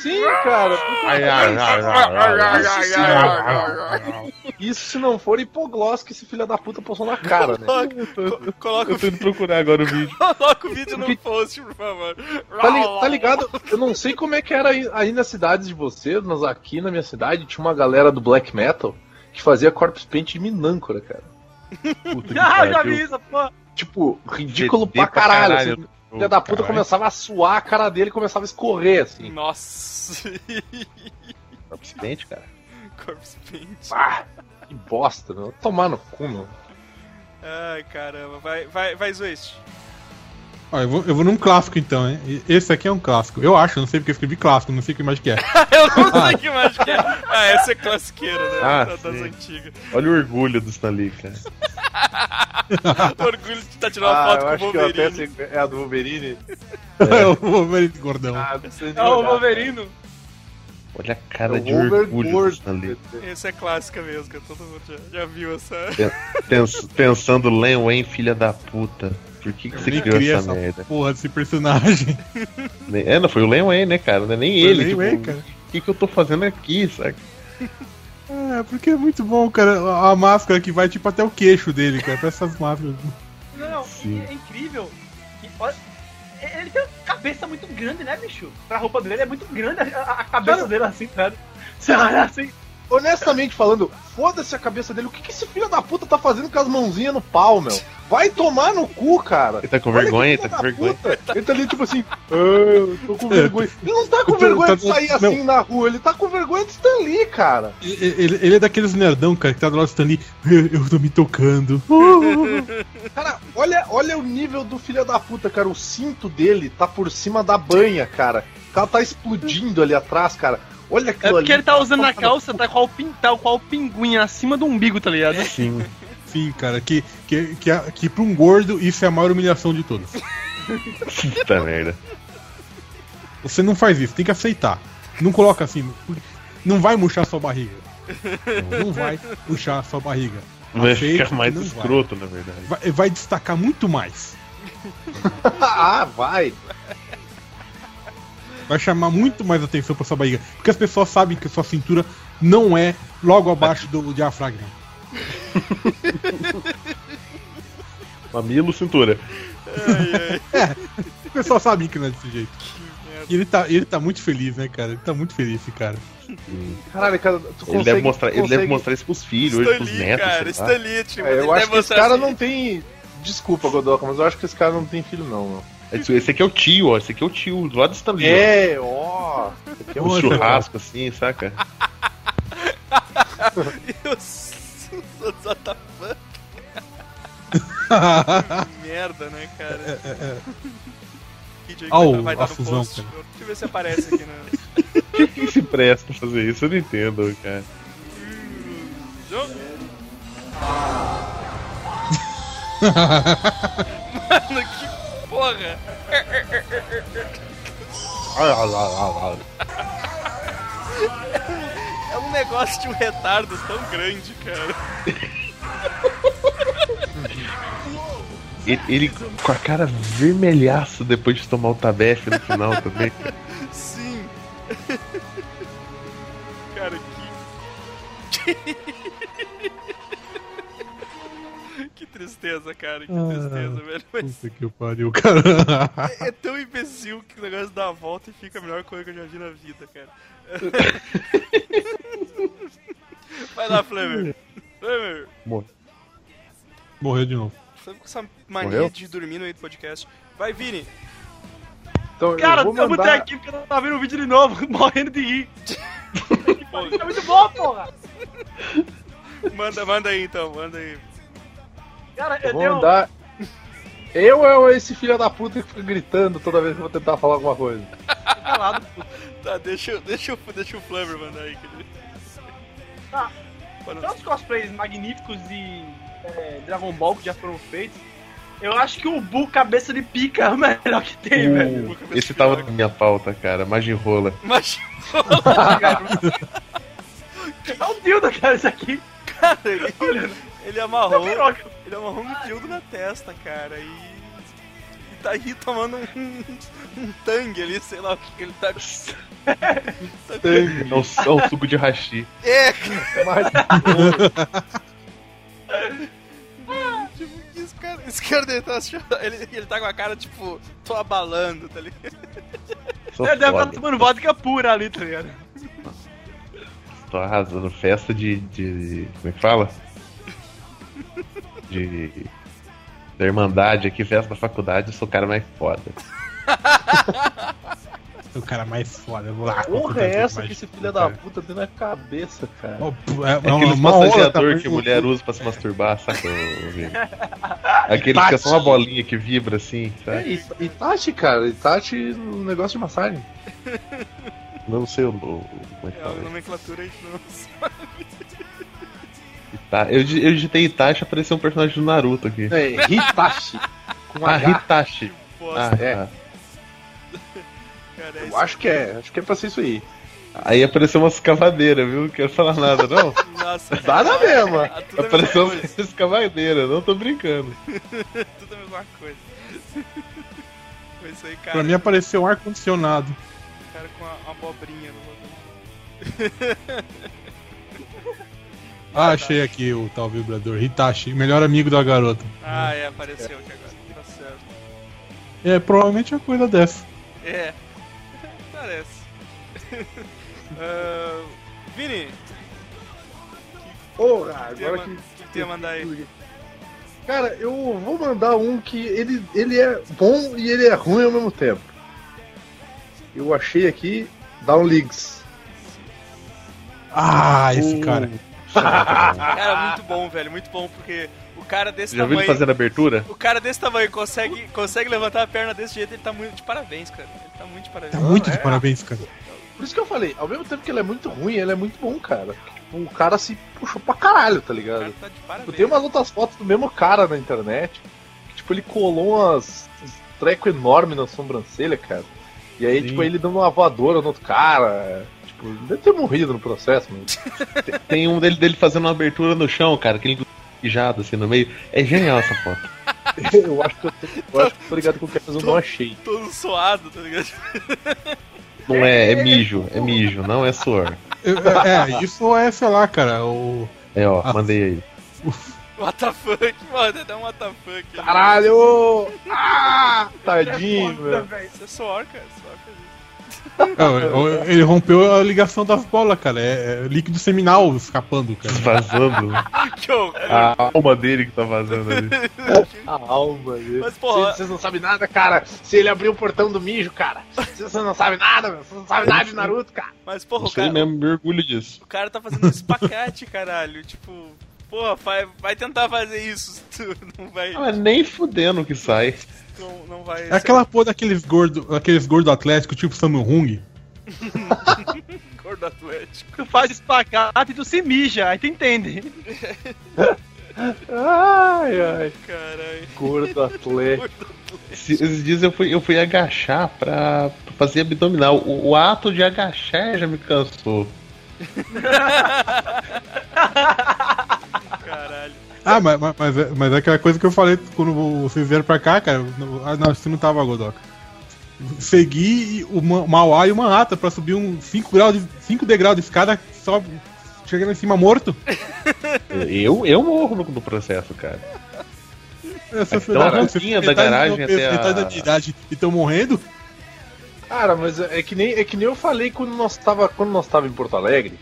S6: Sim, cara.
S4: Ai, ai, ai, ai, ai, ai,
S6: Isso, se
S4: ai, ai, ai.
S6: isso se não for hipoglós que esse filho da puta passou na cara, né?
S3: Coloca, co- coloca, o
S4: Eu tô
S3: vi-
S4: indo procurar agora o vídeo.
S3: coloca o vídeo no post, por favor.
S6: Tá, li- tá ligado? Eu não sei como é que era aí, aí nas cidades de vocês, mas aqui na minha cidade tinha uma galera do black metal que fazia corpse paint de minâncora, cara.
S4: Puta que
S7: Ah, eu já
S4: pariu.
S7: vi isso, pô.
S6: Tipo, ridículo
S4: Fedê
S6: pra caralho. assim. O
S4: Ô,
S6: filho da puta
S4: caralho.
S6: começava a suar a cara dele e começava a escorrer, assim.
S3: Nossa,
S4: Acidente, cara.
S3: Corpse Paint.
S6: Pá, que bosta, meu. Tomar no cu, meu.
S3: Ai, caramba. Vai, vai, vai, Zwist.
S5: Ó, eu, vou, eu vou num clássico então, hein? E- Esse aqui é um clássico. Eu acho, eu não sei porque eu escrevi clássico, não sei que mais que é.
S3: Eu não sei que mais que é. Ah, essa é classiqueira, né?
S4: Ah,
S3: Da- das
S4: sim.
S3: antigas.
S4: Olha o orgulho do Stanley, cara.
S3: O orgulho de estar
S6: Ah,
S3: tirando uma foto com o Wolverine.
S6: é a do Wolverine.
S5: É o Wolverine gordão.
S6: Ah,
S7: É o Wolverino.
S4: Olha a cara
S6: É o
S4: de orgulho tá do
S6: Overboard.
S4: Stanley.
S3: Essa é clássica mesmo, que todo mundo já, já viu essa.
S4: Pens- pensando, Len Wayne, filha da puta. Por que, que você
S5: Ele
S4: criou
S5: cria
S4: essa,
S5: essa
S4: merda?
S5: porra desse personagem.
S4: É, não foi o Len Wayne, né, cara? Não é nem
S5: Foi
S4: ele.
S5: o Len
S4: tipo,
S5: Wayne, cara.
S4: O que, que eu tô fazendo aqui, saca?
S5: É, porque é muito bom, cara. A a máscara que vai tipo até o queixo dele, cara. Parece essas máscaras.
S7: Não, não,
S4: Sim.
S7: é incrível. E olha- Ele tem uma cabeça muito grande, né, bicho? A roupa dele é muito grande, a, a- a cabeça dele assim, cara. Você olha assim.
S6: Honestamente falando, foda-se a cabeça dele. O que, que esse filho da puta tá fazendo com as mãozinhas no pau, meu? Vai tomar no cu, cara.
S4: Ele tá com
S6: Olha que
S4: vergonha, tá
S6: filho da
S4: com vergonha.
S6: puta. Ele tá ali tipo assim, "Ah, eu tô com vergonha. Ele não tá
S4: Então,
S6: com
S5: Eu tô-
S6: vergonha
S5: tá-
S6: de sair
S5: não.
S6: assim na rua, ele tá com vergonha de estar ali, cara.
S5: E- e- Ele, ele é daqueles nerdão, cara, que tá do lado do Stanley. Eu, eu tô me tocando.
S6: Cara, olha, olha o nível do filho da puta, cara. O cinto dele tá por cima da banha, cara. O cara tá explodindo ali atrás, cara. Olha
S7: É
S6: aquilo
S7: porque ele
S6: ali.
S7: tá usando na calça, tá qual pintal, qual pinguim acima do umbigo, tá
S6: É,
S7: ligado?
S5: Sim. Sim, cara, que, que, que, a- que pra um gordo isso é a maior humilhação de todas.
S4: Puta merda.
S5: Você não faz isso, tem que aceitar. Não coloca assim. Não vai murchar sua barriga. Não vai murchar sua barriga.
S4: Vai
S5: Aceito,
S4: ficar mais
S5: não vai.
S4: escroto, na verdade.
S5: Vai, vai destacar muito mais.
S6: ah, vai.
S5: Vai chamar muito mais atenção pra sua barriga. Porque as pessoas sabem que sua cintura não é logo abaixo do diafragma.
S4: Mamilo, cintura.
S5: O pessoal sabe que não é desse jeito. E ele tá, ele tá muito feliz, né, cara? Ele tá muito feliz esse cara.
S6: Caralho, cara, tu
S4: ele,
S6: consegue-
S4: deve mostrar, ele
S6: consegue-
S4: deve mostrar isso pros filhos, hoje, pros
S3: Stanley,
S4: netos.
S3: cara.
S4: sei lá.
S3: Stanley, tipo,
S6: É,
S3: ele
S6: eu acho
S3: deve
S6: que esse
S3: mostrar
S6: cara
S3: assim.
S6: não tem. Desculpa, Godoka, mas eu acho que esse cara não tem filho, não. meu.
S4: Esse- Esse aqui é o tio, ó. Esse aqui é o tio, do lado do Stanley. ó.
S6: É, ó. Esse aqui é
S4: Um
S6: um
S4: churrasco
S6: churrasco.
S4: assim, saca?
S3: Deus, what the fuck? Que merda, né, cara?
S6: É,
S3: Vídeo aí que
S5: Ah,
S3: vai-
S5: o-
S3: vai
S5: a
S3: dar no
S5: fusão,
S3: post.
S5: cara.
S3: Deixa eu ver se aparece aqui na.
S4: Quem se presta a fazer isso? Eu não entendo, cara.
S3: Jogo. Mano, que porra!
S4: Ah, lá, lá, lá.
S3: É um negócio de um retardo tão grande, cara.
S4: Ele, ele com a cara vermelhaça depois de tomar o tabef no final também. cara.
S3: Sim. Cara, que. que tristeza, cara. Que tristeza, velho. Mas
S5: Puta que pariu, cara.
S3: é tão imbecil que o negócio dá a volta e fica a melhor coisa que eu já vi na vida, cara. Vai lá, Flamer. Flamer.
S5: Morreu de novo.
S3: Sabe com essa mania
S4: Morreu?
S3: de dormir no meio do podcast? Vai, Vini!
S6: Então,
S7: Cara,
S6: eu
S7: eu,
S6: vou mandar...
S7: botei aqui porque eu tava vendo o vídeo de novo, morrendo de rir. é muito bom, porra!
S3: Manda, manda aí então, manda aí.
S7: Cara,
S6: Eu
S7: eu
S6: vou
S7: dei um-
S6: mandar. Eu é esse filho da puta que fica gritando toda vez que eu vou tentar falar alguma coisa.
S7: calado.
S3: Tá, deixa, eu- deixa, eu- deixa o Flamengo mandar aí. querido.
S7: Tá.
S3: Pra não-
S7: Tantos cosplays magníficos de é, Dragon Ball que já foram feitos. Eu acho que o Buu cabeça de pica é o melhor que tem, velho.
S4: Esse tava na minha pauta, cara. Imagem rola.
S3: Mas,
S7: É o Dildo, cara, isso aqui.
S3: cara, ele, ele
S7: É o
S3: amarrou.
S7: piroca.
S3: Ele amarrou um dildo na testa, cara. E. e tá aí tomando um, um tangue ali, sei lá o que que ele tá.
S4: É um, é um suco de hashi.
S3: É, cara,
S6: Mas
S3: tipo, esse cara, esse cara dele tá se achando- ele, ele tá com a cara tipo, tô abalando, tá ligado?
S4: Sou
S7: Ele É, deve estar
S4: foda.
S7: tomando vodka pura ali, tá ligado?
S4: Tô arrasando. Festa de, de. Como é que fala? De. Da Irmandade aqui, festa da faculdade, eu sou o cara mais foda.
S5: É O cara mais foda. eu Vou lá,
S6: que porra é essa que esse filho da
S5: puta.
S6: puta tem na cabeça, cara?
S5: um É,
S4: É
S5: é
S4: aquele
S5: uma onda tá
S4: massageador que
S5: muito-
S4: mulher usa pra se masturbar, saca? ô, Vini? Aquele que é só uma bolinha que vibra assim,
S6: É,
S4: sabe?
S6: It- Itachi, cara, Itachi no negócio de massagem.
S4: Não sei o. o- Como é que
S3: É, a
S4: fala?
S3: nomenclatura a gente não sabe.
S4: Ita- Eu, di- eu digitei Itachi apareceu um personagem do Naruto aqui.
S6: É, Hitachi. Com
S4: Ah,
S6: H.
S4: Hitachi. Ah,
S3: Bosta,
S6: é.
S3: cara.
S4: tá.
S3: É
S6: Eu
S3: isso.
S6: acho que é, acho que é pra ser isso aí.
S4: Aí apareceu umas cavadeiras, viu? Não quero falar nada, não.
S3: Nossa,
S6: Dá na mesma.
S3: ah, tudo é a mesma
S4: Apareceu
S3: coisa.
S4: umas cavadeiras, não tô brincando.
S3: Tudo a mesma coisa. Foi isso aí, cara.
S5: Pra mim apareceu um ar-condicionado.
S3: O cara com a abobrinha no bagulho.
S5: Ah, achei aqui o tal vibrador. Hitachi, melhor amigo da garota.
S3: Ah, é, apareceu aqui agora. Tá certo.
S5: É, provavelmente é uma coisa dessa.
S3: É. Parece. Ah, Vini,
S6: Porra, agora
S3: tema-
S6: que.
S3: o que tu ia mandar aí?
S6: Cara, eu vou mandar um que ele, ele é bom e ele é ruim ao mesmo tempo. Eu achei aqui Down Leagues.
S5: Ah, esse cara.
S3: Cara, muito bom, velho. Muito bom, porque o cara desse
S4: Já viu ele
S3: tamanho.
S4: fazendo abertura?
S3: O cara desse tamanho consegue, consegue levantar a perna desse jeito, ele tá muito de parabéns, cara. Ele tá muito de parabéns.
S5: Tá muito
S6: é?
S5: de parabéns, cara.
S6: Por isso que eu falei, ao mesmo tempo que ele é muito ruim, ele é muito bom, cara. Tipo, o cara se puxou pra caralho, tá
S3: O
S6: ligado?
S3: cara tá de
S6: Tipo,
S3: parabéns.
S6: tem umas outras fotos do mesmo cara na internet. Que, tipo, ele colou umas uns treco enorme na sobrancelha, cara. E aí,
S4: Sim.
S6: tipo, ele dando uma voadora no outro cara. Tipo, deve ter morrido no processo, mano.
S4: Tem um dele, dele fazendo uma abertura no chão, cara, aquele pijado assim no meio. É genial essa foto.
S6: eu acho que eu tô, eu acho que eu tô ligado com o que mas eu não achei.
S3: Todo suado, tá ligado?
S4: Não é, é mijo, é mijo, não é suor.
S5: Eu- é, é, isso é, sei lá, cara. O,
S4: É, ó,
S5: Ah.
S4: mandei aí.
S3: What the fuck, mano, dá um what the fuck. ali.
S6: Caralho! Ah! Tadinho, velho.
S3: Isso é suor, cara. Suor, cara.
S5: é, ele rompeu a ligação das bolas, cara. É, é líquido seminal escapando, cara.
S4: Vazando.
S3: Que horror.
S4: A alma dele que tá vazando ali.
S6: A alma, velho.
S3: Mas, porra-
S6: Vocês- Vocês não sabem nada, cara. Se ele abriu o portão do mijo, cara. Vocês não sabem nada, meu. Vocês não sabem nada de Naruto, cara.
S3: Mas, porra, o
S4: Isso aí
S3: cara,
S4: mesmo, me orgulho disso.
S3: o cara tá fazendo um espacate, caralho. Tipo, porra, vai, vai tentar fazer isso. se Tu não vai.
S4: Ah, nem fudendo que sai.
S3: Não, não vai.
S5: É aquela porra daqueles gordo, aqueles gordo atlético tipo Samuel Hung.
S3: cor do um Atlético.
S7: Tu faz espacate e tu se mija, aí tu entende.
S6: Ai, ai.
S3: Caralho.
S6: Gordo atleta.
S4: Esse- Esses dias eu fui, eu fui agachar pra, pra fazer abdominal. O, o ato de agachar já me cansou.
S3: Caralho.
S5: Ah, mas, mas, mas, é, mas é aquela coisa que eu falei quando vocês vieram pra cá, cara. no- Ah, não, você não tava, Godoka. Segui o Ma- Mauá e o Manhattan pra subir um 5 grau de, cinco degraus de escada, só chegando em cima morto.
S4: Eu, eu morro no, no processo, cara.
S5: Essa
S4: Então, a rampinha da garagem até a-
S5: da idade e tão morrendo.
S6: Cara, mas é que nem, é que nem eu falei quando nós tava, quando nós tava em Porto Alegre,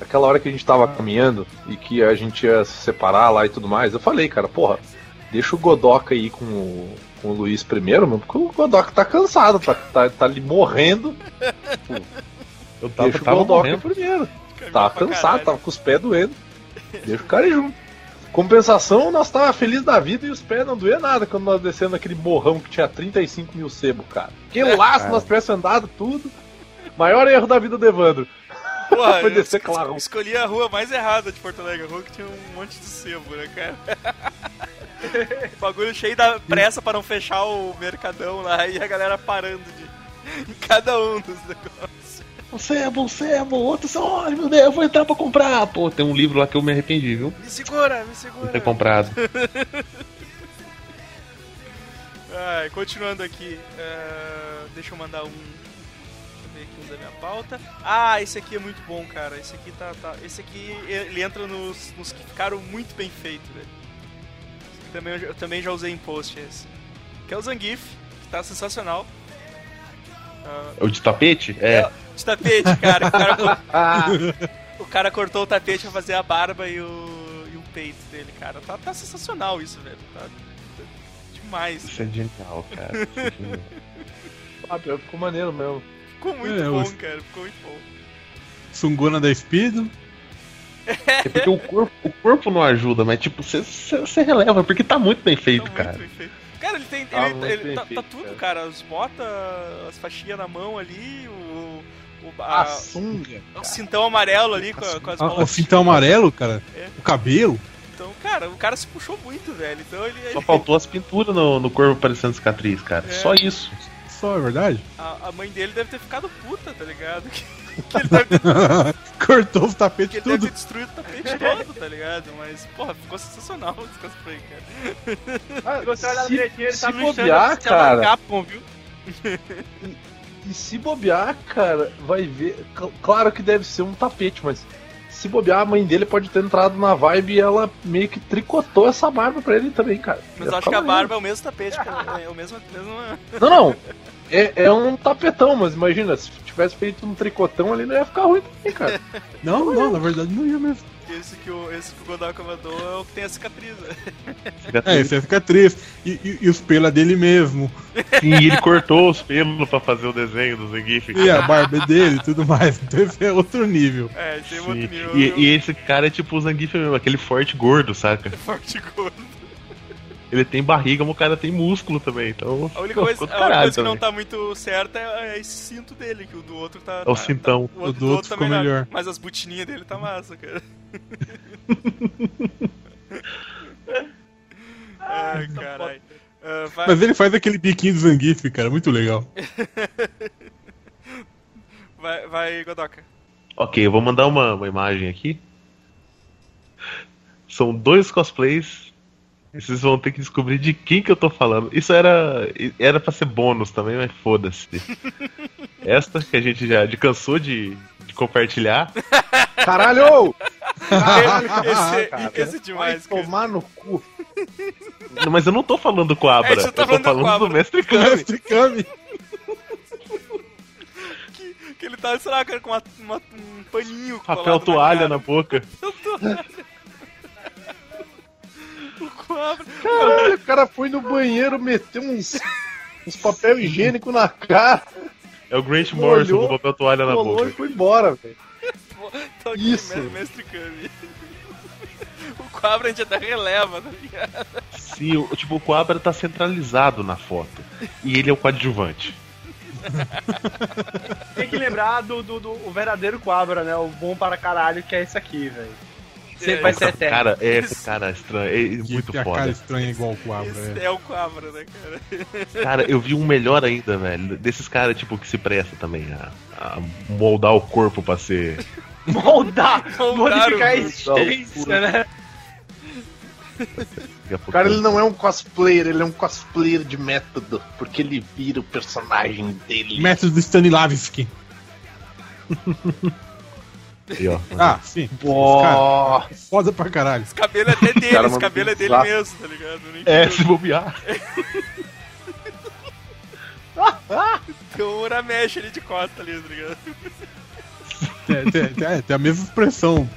S6: aquela hora que a gente tava
S4: Ah.
S6: caminhando e que a gente ia se separar lá e tudo mais, eu falei, cara, porra, deixa o Godoca aí com o, com o Luiz primeiro, mano, porque o Godoca tá cansado, tá, tá, tá ali morrendo,
S4: Eu tava,
S6: deixa o
S4: tava
S6: Godoca
S4: morrendo.
S6: primeiro.
S7: É
S3: Caminhou
S6: Tava
S3: pra
S6: Tá cansado,
S3: caralho.
S6: tava com os pés doendo. Deixa o cara ir junto. Compensação, nós tava feliz da vida e os pés não doía nada quando nós descendo aquele morrão que tinha 35 mil sebo, cara. Que
S7: É.
S6: laço nós tivéssemos andado tudo. Maior erro da vida do Evandro.
S3: Porra,
S6: Foi
S3: eu
S6: descer claro.
S3: escolhi a rua mais errada de Porto Alegre, a rua que tinha um monte de sebo, né, cara? Bagulho cheio da pressa pra não fechar o mercadão lá e a galera parando de em cada um dos negócios.
S6: Um
S4: Você é bom, você é bom, outro são, olha, meu Deus, eu vou entrar pra comprar. Pô, tem um livro lá que eu me arrependi, viu?
S3: Me segura, me
S4: De
S3: segura.
S4: ter comprado.
S3: Ai, Ai, Ah, continuando aqui, ah, deixa eu mandar um. Deixa eu ver aqui um da minha pauta. Ah, esse aqui é muito bom, cara. Esse aqui tá. tá- esse aqui ele entra nos, nos que ficaram muito bem feitos, velho. Esse aqui Também, eu já- eu também já usei em post esse. Que é o Zangief, que tá sensacional.
S4: O de tapete? É.
S3: De tapete, cara. O cara, co- o cara cortou o tapete pra fazer a barba e o, e o peito dele, cara. Tá, tá sensacional isso, velho. Tá, tá demais.
S4: Isso é genial, cara. Isso é genial.
S6: Ah, pior, ficou maneiro mesmo.
S3: Ficou muito
S5: É,
S3: bom,
S5: os-
S3: cara. Ficou muito bom.
S5: Sungona da Speedo.
S4: É porque o corpo, o corpo não ajuda, mas tipo, você releva, porque tá muito bem feito,
S3: Tá
S4: cara.
S3: muito bem feito. Cara, ele tem.
S6: Tá
S3: ele-
S6: muito
S3: ele-
S6: bem
S3: tá, tá
S6: feito,
S3: tudo, cara. As botas, as faixinhas na mão ali, o. o, a-
S7: Ah,
S6: A sunga.
S3: o cintão amarelo ali com, a- com as
S5: Ah, O
S3: bolas.
S5: fintão amarelo, cara.
S3: É.
S5: O cabelo.
S3: Então, cara, o cara se puxou muito, velho. Então ele.
S4: Só faltou as pinturas no, no corpo parecendo cicatriz, cara.
S3: É.
S4: Só isso.
S5: Só, é verdade?
S3: A, a mãe dele deve ter ficado puta, tá ligado? Que, que ele deve ter
S5: Cortou os
S3: Porque
S5: tapetes
S3: ele deve
S5: tudo.
S3: ter destruído o tapete todo, tá ligado? Mas, porra, ficou sensacional esse cosplay, cara.
S6: Ah,
S7: Se você olhar
S6: se-
S7: direitinho, ele
S6: se
S7: tá mexendo
S6: bobear, cara.
S7: Capcom, viu?
S6: E se bobear, cara, vai ver. cl- Claro que deve ser um tapete, mas se bobear, a mãe dele pode ter entrado na vibe e ela meio que tricotou essa barba pra ele também, cara.
S3: Mas
S6: Deve
S3: eu acho
S6: ficar
S3: que a
S6: maneiro.
S3: barba é o mesmo tapete, cara. É o mesmo. mesmo...
S6: Não, não. É, é um tapetão, mas imagina, se tivesse feito um tricotão ali, não ia ficar ruim também, cara.
S5: Não, não, na verdade não ia mesmo.
S3: Esse que o, esse que o Godaka mandou é o que tem a cicatriz. né?
S5: É,
S4: Cicatriz.
S5: você fica triste. E, e- e os pelos é dele mesmo.
S4: E ele cortou os pelos pra fazer o desenho do Zangief.
S5: E
S4: cara.
S5: a barba é dele e tudo mais. Então esse é outro nível.
S3: É, tem outro
S4: Sim.
S3: nível.
S4: E, e esse cara é tipo o Zangief mesmo, aquele forte gordo, saca?
S3: Forte gordo.
S4: Ele tem barriga, mas o cara tem músculo também, então.
S3: A única
S4: pô,
S3: coisa,
S4: ficou do
S3: a única
S4: caralho
S3: coisa que não
S4: também.
S3: tá muito certa é, é esse cinto dele, que o do outro tá.
S4: É o
S3: tá-
S4: cintão.
S3: tá-
S5: O do
S3: do
S5: outro ficou
S3: também não.
S5: melhor.
S3: Mas as botininhas dele tá massa, cara. Ai, caralho. Ah, vai-
S5: Mas ele faz aquele biquinho do Zangief, cara. Muito legal.
S3: Vai, vai, Godoka.
S4: Ok, eu vou mandar uma, uma imagem aqui. São dois cosplays. E Vocês vão ter que descobrir de quem que eu tô falando. Isso era era para ser bônus também, mas foda-se. Esta que a gente já de- cansou de, de compartilhar.
S6: Caralho!
S3: esse,
S6: cara.
S3: esse é demais,
S6: Vai
S3: cara.
S6: tomar no cu.
S4: Não, Mas eu não tô falando com a
S3: É,
S4: Abra.
S3: você
S4: eu
S3: tá
S4: tô
S3: falando
S4: falando,
S3: com a Abra.
S4: do mestre Kami.
S5: Mestre Kami.
S3: Que ele tá, sei lá, cara, com uma- uma- um paninho
S4: Papel toalha na boca.
S3: boca.
S6: Caralho, o cara foi no banheiro, meteu uns, uns papel higiênico na cara,
S4: É o Grant Morrison
S6: Molhou,
S4: com papel toalha na
S6: colou e
S4: boca.
S6: foi embora, velho.
S3: Tô Tá aqui,
S6: Isso.
S3: me- mestre Kami. O Cobra a gente até releva, tá ligado?
S4: Sim, o, tipo, o Coabra tá centralizado na foto. E ele é o coadjuvante.
S7: Tem que lembrar do, do, do- o verdadeiro Quabra, né? O bom para caralho, que é esse aqui, velho. Sempre
S3: É,
S7: vai ser
S4: Essa
S7: eterno.
S4: cara, é, esse cara estranho, é muito
S5: Tem a cara
S4: foda.
S5: estranha igual o Abra.
S3: Esse
S5: é.
S3: é o Cobra, né, cara?
S4: Cara, eu vi um melhor ainda, velho. Desses caras, tipo, que se presta também a, a moldar o corpo pra ser.
S7: Moldar,
S3: Moldaram
S7: modificar a
S3: o-
S7: existência, né?
S6: O cara ele não é um cosplayer, ele é um cosplayer de método, porque ele vira o personagem
S3: é
S6: dele.
S5: Método do Stanislavski.
S4: Aí, ó.
S5: Ah, sim.
S6: Ó,
S5: Cara, é foda pra caralho.
S3: Esse cabelo é até dele,
S6: Cara,
S3: esse
S6: mano,
S3: cabelo é dele
S6: lá.
S3: mesmo, tá ligado? Eu nem
S4: É,
S3: entendo.
S4: se bobear.
S3: Tem o Uramesh ali de costa ali, tá ligado?
S5: Tem, tem- tem- é, tem a mesma expressão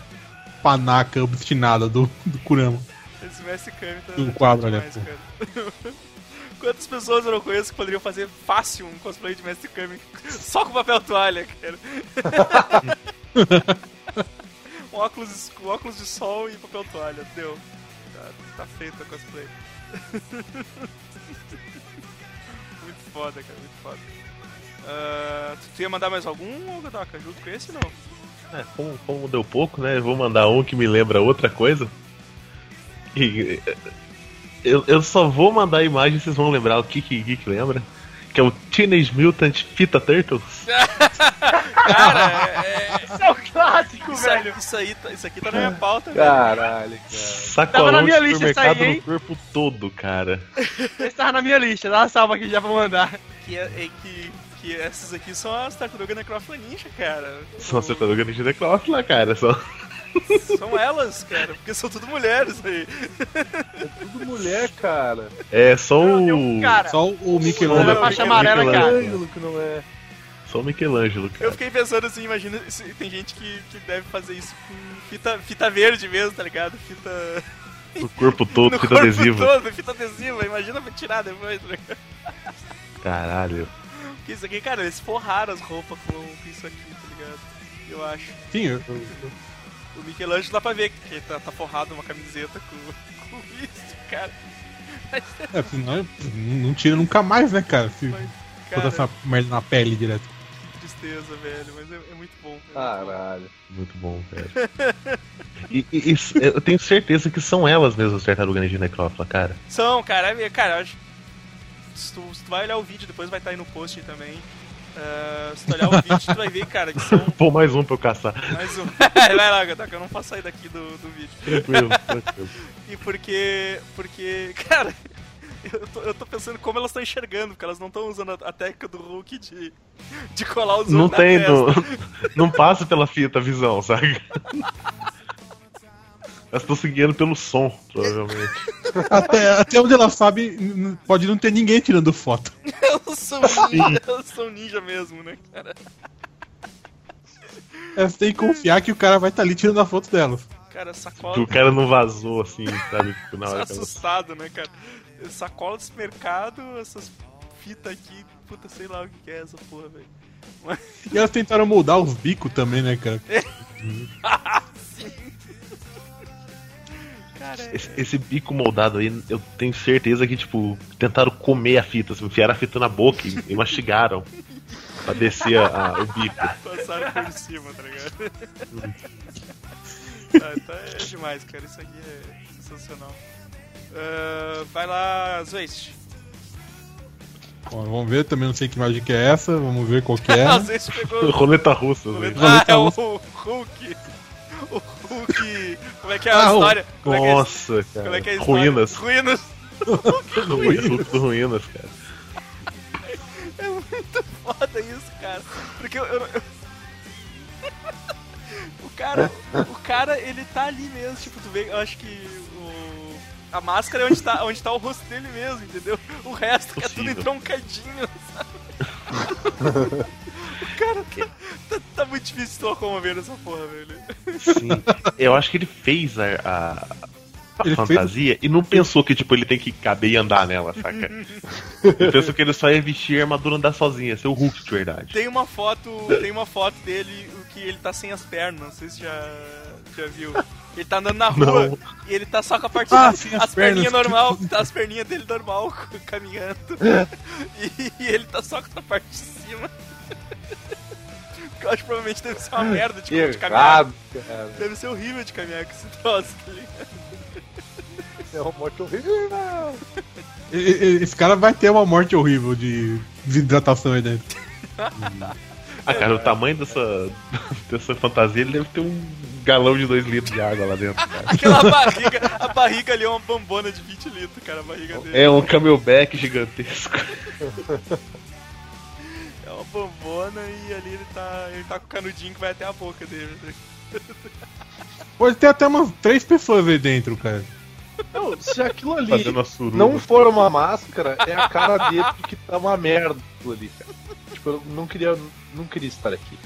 S5: panaca obstinada do, do Kurama.
S3: Esse Mestre Kami tá.
S5: Do quadro, né,
S3: demais, cara. Quantas pessoas eu não conheço que poderiam fazer fácil um cosplay de Mestre Kami só com papel toalha, cara? um, óculos, um óculos de sol e papel toalha, deu. Tá, tá feito a cosplay. muito foda, cara, muito foda. Ah, tu- tu ia mandar mais algum, ô, Godaka, junto com esse não?
S4: É, como, como deu pouco, né? eu Vou mandar um que me lembra outra coisa. é, E, eh, eu, eu só vou mandar a imagem vocês vão lembrar o que que, que que lembra. que é o Teenage Mutant Fita Turtles.
S7: Ah,
S3: Cara, é-
S7: Isso é o clássico,
S3: isso, aí-
S7: velho.
S3: isso aí, tá- isso aqui tá na minha pauta,
S6: Ah,
S3: velho.
S6: Caralho, cara.
S7: Tava na
S4: Sacolão de
S7: minha lista isso aí,
S4: supermercado
S7: hein?
S4: no corpo todo, cara.
S7: Esse tava na minha lista, dá uma salva aqui já pra mandar.
S3: Que, é, é que, que essas aqui são as tartarugas necrófila ninja, cara.
S4: São Sacolão de Necross lá, cara. São...
S3: São elas, cara, porque são tudo mulheres aí.
S6: Tudo mulher, cara.
S4: É, só o.
S7: Cara,
S5: Só o
S7: Não,
S5: Michelangelo.
S7: não, faixa amarela, cara.
S6: Ângelo que não é.
S4: Só o Michelangelo, cara.
S3: Eu fiquei pensando assim, imagina se tem gente que, que deve fazer isso com fita, fita verde mesmo, tá ligado? Fita.
S4: O corpo todo,
S3: no
S4: fita
S3: corpo
S4: adesiva.
S3: todo, fita adesiva, imagina pra tirar depois, tá ligado?
S4: Caralho.
S3: Porque isso aqui, cara, eles forraram as roupas com, com isso aqui, tá ligado? Eu acho.
S5: Sim, eu-
S3: O Michelangelo dá pra ver que tá, tá forrado uma camiseta com, com isso, cara.
S5: é, senão, não tira nunca mais, né, cara? Se botar
S3: Cara,
S5: essa merda na pele direto.
S3: que tristeza, velho, mas é, é muito bom. cara.
S6: Caralho.
S4: Muito bom, velho. E, e- e- eu tenho certeza que são elas mesmo as tartarugas de necrófila, cara.
S3: São, cara, é- cara, eu acho. Se tu, se tu vai olhar o vídeo, depois vai estar aí no post também. Ah, se tu olhar o vídeo, tu vai ver, cara, que são
S4: Pô, mais um pra eu caçar.
S3: mais um. vai lá, Gata, que eu não posso sair daqui do, do vídeo.
S4: Tranquilo, tranquilo.
S3: E porque. Porque. Cara, eu tô, eu tô pensando como elas estão enxergando, porque elas não estão usando a, a técnica do Hulk de, de colar os olhos
S4: Não
S3: na
S4: tem,
S3: testa.
S4: não, não passa pela fita a visão, sabe? Elas estão seguindo pelo som, provavelmente.
S5: Até, até onde ela sabe, n- n- pode não ter ninguém tirando foto.
S3: Elas são ninja, elas são ninja mesmo, né, cara?
S5: Ela tem que confiar que o cara vai estar ali tirando a foto dela.
S3: Cara, sacola.
S4: Que o cara não vazou assim, sabe? Tipo, na
S3: Só
S4: hora que elas.
S3: assustado, né, cara? Sacola desse mercado, essas fitas aqui, puta, sei lá o que que é essa porra, velho.
S5: E elas tentaram moldar os bicos também, né, cara?
S3: Cara, é-
S4: Esse, esse bico moldado aí, eu tenho certeza que, tipo, tentaram comer a fita, assim, enfiaram a fita na boca e, e mastigaram pra descer a- a- o bico.
S3: passaram por cima, tá ligado? tá, tá, é demais, cara, isso aqui é sensacional. Ah, vai lá, Zwist.
S5: Ó, vamos ver, também não sei que imagem que é essa, vamos ver qual que é.
S3: Ah, Zwist pegou.
S4: Roleta russa, velho.
S3: Ah, é o Hulk. O Hulk. Como é que é a
S5: Ah, o-
S3: história? Como é que é a-
S4: Nossa,
S3: Como
S4: cara.
S3: é que é a história?
S4: Ruínas.
S3: Ruínas.
S4: Ruínas. Hulk do Ruínas, cara.
S3: É muito foda isso, cara. Porque eu. eu- eu- o cara. O cara, ele tá ali mesmo. Tipo, tu vê. Eu acho que o. A máscara é onde tá, onde tá o rosto dele mesmo, entendeu? O resto que é tudo
S4: Possível.
S3: entroncadinho, sabe? o cara tá, tá, tá muito difícil de locomover nessa porra, velho.
S4: Sim. Eu acho que ele fez a, a- a
S5: Ele fez-
S4: fantasia e não pensou que, tipo, ele tem que caber e andar nela, saca? ele pensou que ele só ia vestir a armadura e andar sozinho, ia ser o Hulk de verdade.
S3: Tem uma foto. Tem uma foto dele o que ele tá sem as pernas, não sei se já, já viu. Ele tá andando na rua
S4: Não.
S3: e ele tá só com a parte
S5: Ah,
S3: as,
S5: sim, as
S3: perninhas
S5: pernas.
S3: normal, tá as perninhas dele normal caminhando. E, e ele tá só com a parte de cima. Que eu acho que provavelmente deve ser uma merda de,
S6: Que
S3: de caminhar.
S6: errado, cara.
S3: Deve ser horrível de caminhar com esse troço. tá ligado?
S6: É uma morte horrível, não.
S5: E- e- Esse cara vai ter uma morte horrível de desidratação aí dentro.
S4: Ah, cara, o tamanho dessa, dessa fantasia, ele deve ter um galão de dois litros de água lá dentro, cara.
S3: Aquela barriga, a barriga ali é uma bambona de 20 litros, cara, a barriga dele.
S4: É um camelback gigantesco.
S3: É uma bombona e ali ele tá, ele tá com o canudinho que vai até a boca dele.
S5: Pode ter até umas três pessoas aí dentro, cara.
S6: Não, se aquilo ali
S4: Fazendo a suruba.
S6: não for uma máscara, é a cara dele que tá uma merda aquilo ali, cara. Tipo, eu não queria, não queria estar aqui.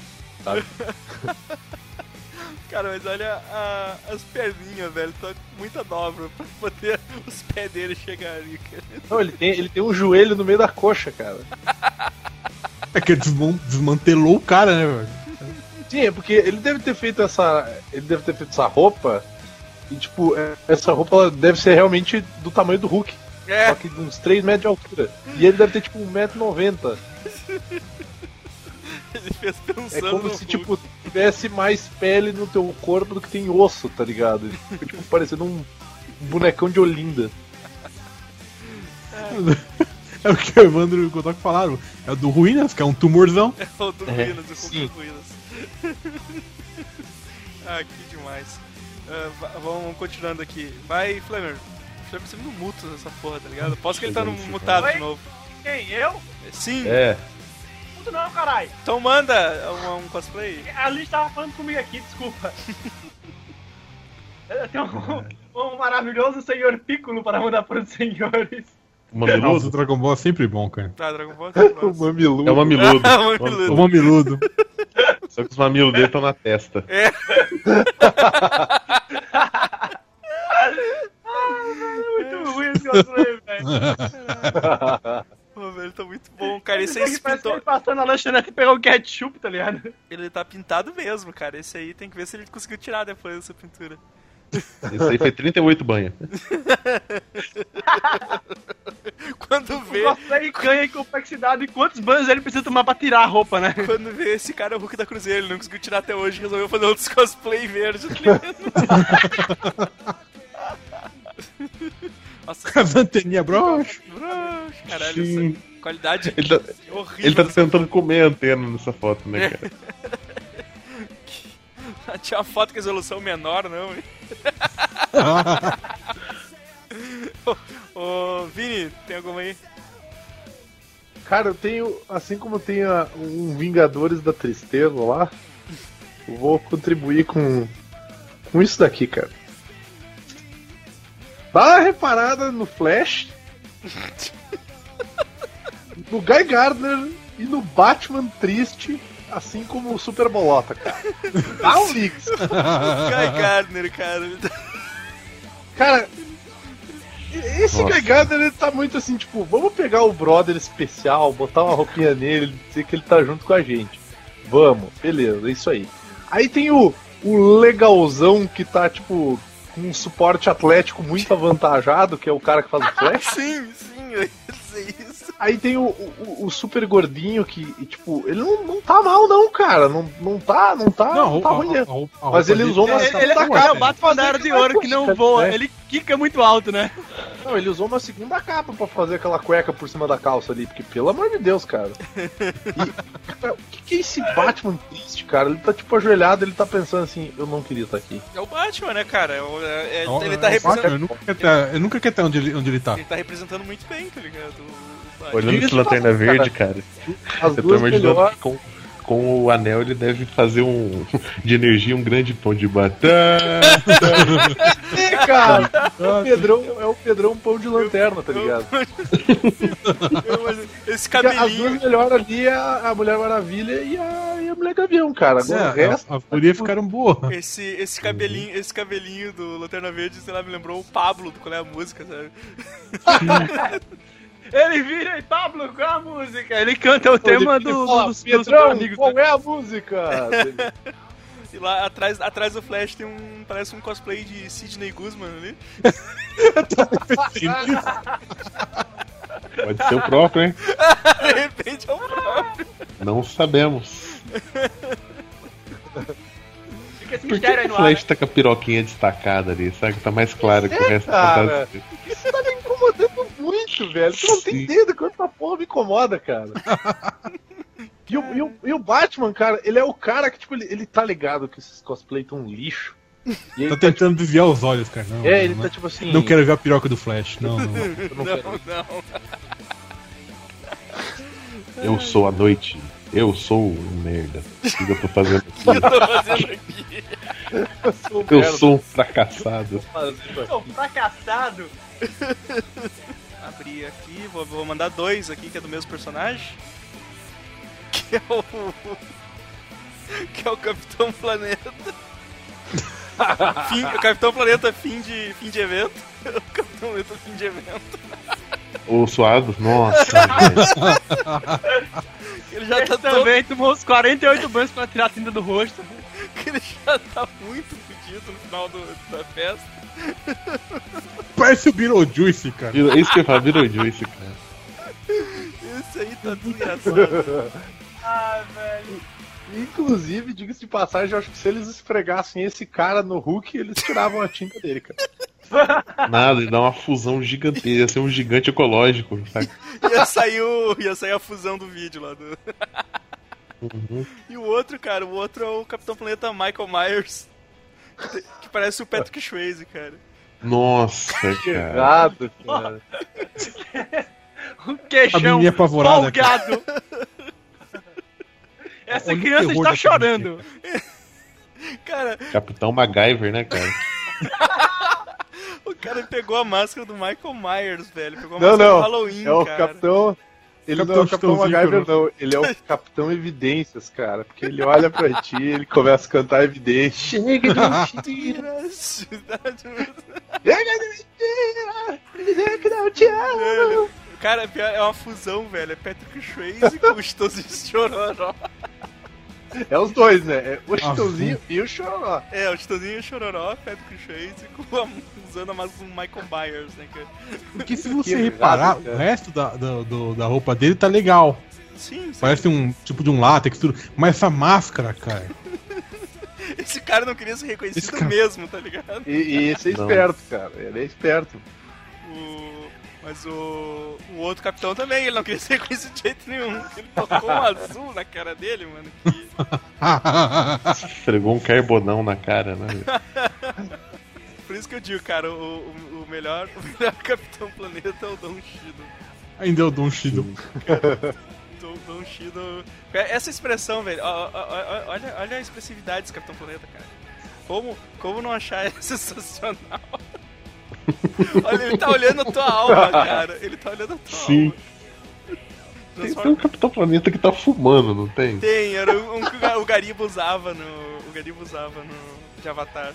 S3: Cara, mas olha a- as perninhas, velho. Tá com muita dobra pra poder os pés dele chegarem, cara.
S6: Não, ele tem, ele tem um joelho no meio da coxa, cara.
S5: É que ele desmon- desmantelou o cara, né, velho?
S6: Sim, é porque ele deve ter feito essa. Ele deve ter feito essa roupa. E tipo, é- essa roupa ela deve ser realmente do tamanho do Hulk. Só
S3: É,
S6: que de uns 3 metros de altura. E ele deve ter tipo 1,90m.
S3: ele fez
S6: É
S3: pensando
S6: como
S3: no
S6: se, tipo, tivesse mais pele no teu corpo do que tem osso, tá ligado? Ele fica, tipo, parecendo um bonecão de Olinda.
S5: É o que o Evandro e o Kotok falaram. É o do Ruínas, que é um tumorzão.
S3: É o do Ruínas, o Cuca Ruínas. ah, que demais. Ah, va- vamos continuando aqui. Vai, Flamer. Flamer sempre no muto nessa porra, tá ligado? Posso que ele tá no mutado de
S7: Oi?
S3: novo.
S7: Quem? Eu?
S3: Sim,
S4: É.
S7: Muito não, caralho.
S3: então manda um, um cosplay.
S7: A Liz tava falando comigo aqui, desculpa. Eu tenho um, um maravilhoso senhor Piccolo para mandar para os senhores.
S5: Nossa, o
S4: um Mamiludo?
S5: Dragon Ball é sempre bom, cara.
S3: Tá, Dragon Ball.
S6: O Mamilu.
S4: É o mamiludo.
S3: Ah, o mamiludo.
S5: O Mamiludo.
S4: Só que os mamilos dele estão na testa.
S3: É.
S7: Muito ruim esse cosplay, velho.
S3: Pô, velho, tá muito bom, cara. Esse aí
S7: Esse
S3: se
S7: parece que
S3: pintou.
S7: ele passou na lanchonete e pegou o ketchup, tá ligado?
S3: Ele tá pintado mesmo, cara. Esse aí tem que ver se ele conseguiu tirar depois dessa pintura.
S4: Esse aí foi 38 banhas.
S3: Quando vê,
S7: Você ganha em complexidade e quantos banhos ele precisa tomar pra tirar a roupa, né?
S3: quando vê esse cara é o Hulk da Cruzeiro, ele não conseguiu tirar até hoje, resolveu fazer outros cosplay verde. tá ligado? Nossa,
S5: As anteninhas broxa.
S3: broxa, caralho,
S4: Sim.
S3: essa qualidade
S4: Ele tá,
S3: horrível.
S4: ele tá tentando comer a antena nessa foto, né, cara?
S7: É.
S3: Tinha uma foto com resolução menor, não, hein? ô, ô, Vini, tem alguma aí?
S6: Cara, eu tenho. Assim como tem a- um Vingadores da Tristeza lá, eu vou contribuir com. com isso daqui, cara. Dá uma reparada no Flash. no Guy Gardner e no Batman triste, assim como o Super Bolota, cara. Dá um link.
S3: Guy Gardner, cara. tá-
S6: Cara, esse
S4: Nossa.
S6: Guy Gardner, ele tá muito assim, tipo, vamos pegar o brother especial, botar uma roupinha nele, dizer que ele tá junto com a gente. Vamos, beleza, é isso aí. Aí tem o, o legalzão que tá, tipo, com um suporte atlético muito avantajado, que é o cara que faz o flash.
S3: Sim, sim, eu ia dizer isso.
S6: Aí tem o, o, o super gordinho que, e, tipo, ele não, não tá mal não, cara. Não, não tá, não tá, não,
S5: Não,
S6: tá
S5: a-
S6: ruim.
S5: a-
S6: né?
S5: a roupa- a
S6: Mas
S5: roupa
S6: ele
S5: dele-
S6: usou uma
S5: É,
S7: Ele,
S6: Nossa,
S7: ele é
S6: tá É.
S7: o cara
S6: guardado.
S7: Batman da Era de Ouro que não voa, ele quica muito alto, né?
S6: Não, ele usou uma segunda capa pra fazer aquela cueca por cima da calça ali, porque pelo amor de Deus, cara. E, cara, o que, que é esse Batman triste, cara? Ele tá tipo ajoelhado, ele tá pensando assim, eu não queria estar aqui.
S3: É o Batman, né, cara? É o- é- é-
S5: Ó,
S3: ele, tá
S5: é,
S3: representando,
S5: Eu nunca quero tá- eu nunca quero estar onde ele, onde ele tá.
S3: ele tá representando muito bem, tá ligado? O- o Batman.
S4: Olhando esse lanterna verde, cara.
S6: As
S4: Você pelo
S6: duas
S4: amor de Deus,
S6: melhores.
S4: com, com o anel ele deve fazer um de energia um grande pão de batata.
S6: Ih, cara! é o Pedrão, é o Pedrão pão de lanterna, tá ligado?
S3: Esse
S6: Porque As
S3: cabelinho.
S6: duas melhores ali é a Mulher Maravilha e a, e a Mulher Gavião, cara. Agora o
S5: É,
S6: resto.
S5: a- as gurias ficaram boas.
S3: Esse, esse cabelinho, esse cabelinho do Lanterna Verde, sei lá, me lembrou o Pablo do qual é a música, sabe?
S7: Ele vira e Pablo com a música. Ele canta o tema
S6: ele
S7: do,
S6: fala,
S7: dos, dos
S6: Pedrão,
S7: amigos.
S6: qual é a música?
S3: E lá atrás, atrás do Flash tem um. Parece um cosplay de Sidney Guzman ali.
S5: Tá
S4: Pode ser o próprio, hein?
S3: De repente é o próprio.
S4: Não sabemos.
S7: Fica
S4: Por
S7: esse
S4: que
S7: mistério aí
S4: o
S7: no ar. né?
S4: Flash tá com a piroquinha destacada ali? Sabe que tá mais claro que o resto
S6: cara.
S4: da fantasia.
S6: Isso tá me incomodando muito, velho. Tu não tem
S4: Sim.
S6: dedo quanto essa porra me incomoda, cara. E o, e o- e o Batman, cara, ele é o cara que, tipo, ele, ele tá ligado que esses cosplay tão um lixo. E ele
S5: Tá
S6: tá,
S5: tentando desviar os olhos, cara. Não,
S6: é, ele
S5: não,
S6: tá tipo assim.
S5: não quero ver a piroca do Flash. Não, não.
S6: eu não quero.
S3: Não, não.
S7: É.
S4: Eu sou a noite. Eu sou um merda. O que eu tô fazendo
S3: O que eu
S4: aqui?
S3: tô fazendo aqui?
S6: Eu sou,
S4: Eu
S6: merda,
S4: sou um fracassado.
S6: fazer
S7: Ô, fracassado.
S3: Abrir aqui, vou, vou mandar dois aqui que é do mesmo personagem. Que é o. Que é o Capitão Planeta. Fim- o Capitão Planeta fim de, fim de evento. O Capitão Planeta fim de evento.
S4: Ou suado? Nossa, velho.
S3: Ele já tá
S5: Então,
S7: Ele
S3: tão.
S7: também tomou uns 48 banhos pra tirar a tinta do rosto.
S3: que Ele já tá muito fodido no final do- da festa.
S5: Parece o Beetlejuice, cara.
S4: Vira- Isso que eu falo, Beetlejuice, cara.
S3: Esse aí tá tudo engraçado.
S7: Ah, velho.
S6: Inclusive, diga-se de passagem, eu acho que se eles esfregassem esse cara no Hulk, eles tiravam a tinta dele, cara.
S4: Nada, ele dá uma fusão gigantesca, ia ser um gigante ecológico, sabe?
S3: Ia sair, o- ia sair a fusão do vídeo lá do.
S6: Uhum.
S3: E o outro, cara, o outro é o Capitão Planeta Michael Myers. que te- Que parece o Patrick Swayze, cara.
S4: Nossa,
S5: É.
S4: cara.
S6: Errado, cara.
S7: Um
S5: A
S7: queixão
S5: menina é apavorada. cara.
S7: folgado. Essa
S5: Olha o
S7: criança
S5: terror
S7: está
S5: dessa
S7: chorando.
S3: Cara,
S4: Capitão MacGyver, né, cara?
S3: o cara pegou a máscara do Michael Myers, velho. Pegou a
S6: Não,
S3: máscara
S6: não.
S3: do Halloween,
S6: É o
S3: cara.
S6: Capitão. Ele não é o Capitão
S5: Capitãozinho,
S6: MacGyver, não. Ele é o Capitão Evidências, cara. Porque ele olha pra ti ele começa a cantar evidências. Chega de mentira!
S3: Mentira, cidade-
S6: Chega de mentira! Dizer que não te amo!
S3: Velho, Cara, é pior- é uma fusão, velho. É Patrick Swayze com o Chitãozinho Chororó.
S6: É os dois, né? É o
S5: Azul.
S6: Chitãozinho e o Chororó.
S3: É, o Chitãozinho Chororó, Patrick Swayze com a, usando a máscara do Michael Myers, né, cara?
S5: Porque se você
S6: Que
S5: reparar,
S6: errado,
S5: o
S6: cara.
S5: resto da, da, do- da roupa dele tá legal.
S3: Sim, sim.
S5: Parece um tipo de um látex, tudo. Mas essa máscara, cara.
S3: Esse cara não queria ser
S5: Esse
S3: reconhecido
S5: cara-
S3: mesmo, tá ligado?
S6: E, e esse é
S4: Não.
S6: esperto, cara. Ele é esperto.
S3: O- Mas o... o outro capitão também, ele não queria ser reconhecido de jeito nenhum. Ele tocou um azul na cara dele, mano. que-
S4: Entregou um carbonão na cara, né?
S3: Por isso que eu digo, cara, o, o- o melhor, o melhor capitão planeta é o Don Shido.
S5: Ainda eu dou um Shido.
S3: Don, Don Shido. É, Essa expressão, velho. ó- ó- ó- ó- Olha, olha a expressividade desse Capitão Planeta, cara. Como, como não achar é sensacional? olha, ele tá olhando a tua alma, cara. Ele tá olhando a tua
S4: Sim.
S3: alma.
S4: Tem,
S3: Transforma-
S4: tem um Capitão Planeta que tá fumando, não tem?
S3: Tem, era um que o Ga- o Gariba usava no. O Gariba usava no. De Avatar.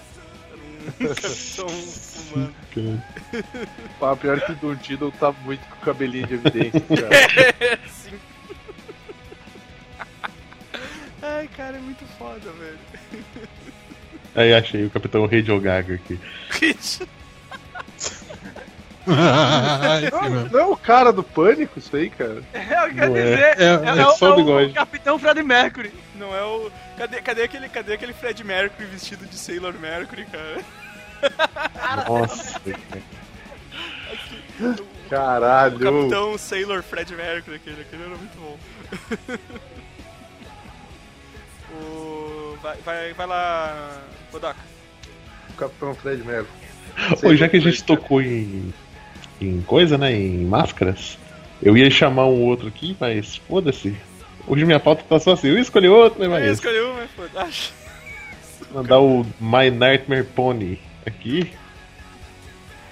S3: Era um Capitão humano.
S4: Cara,
S6: Ah, pior que o Don Diddle tá muito com o cabelinho de evidência, cara.
S3: Sim. Ai, cara, é muito foda, velho.
S4: Aí achei o Capitão Radio Gaga aqui.
S5: Esse
S6: Não,
S5: mesmo.
S6: não é o cara do pânico isso aí, cara?
S7: Eu quero
S4: Não é.
S7: dizer,
S5: É, é
S7: é, é o-
S4: só o
S7: é o
S4: bigode.
S7: Capitão Fred Mercury.
S3: Não é o. Cadê, cadê, aquele, cadê aquele Fred Mercury vestido de Sailor Mercury, cara?
S4: Nossa, cara.
S6: Caralho!
S3: Capitão Sailor Fred Mercury, aquele, aquele era muito bom. o... vai, vai, vai lá, Bodoca.
S6: Capitão Fred Mercury.
S4: Ô, já que a gente tocou em, em coisa, né? Em máscaras, eu ia chamar um outro aqui, mas foda-se. Hoje minha pauta tá só assim. Eu escolhi outro, né,
S3: Eu
S4: mas
S3: escolhi um, mas foda. Acho.
S4: mandar o My Nightmare Pony aqui.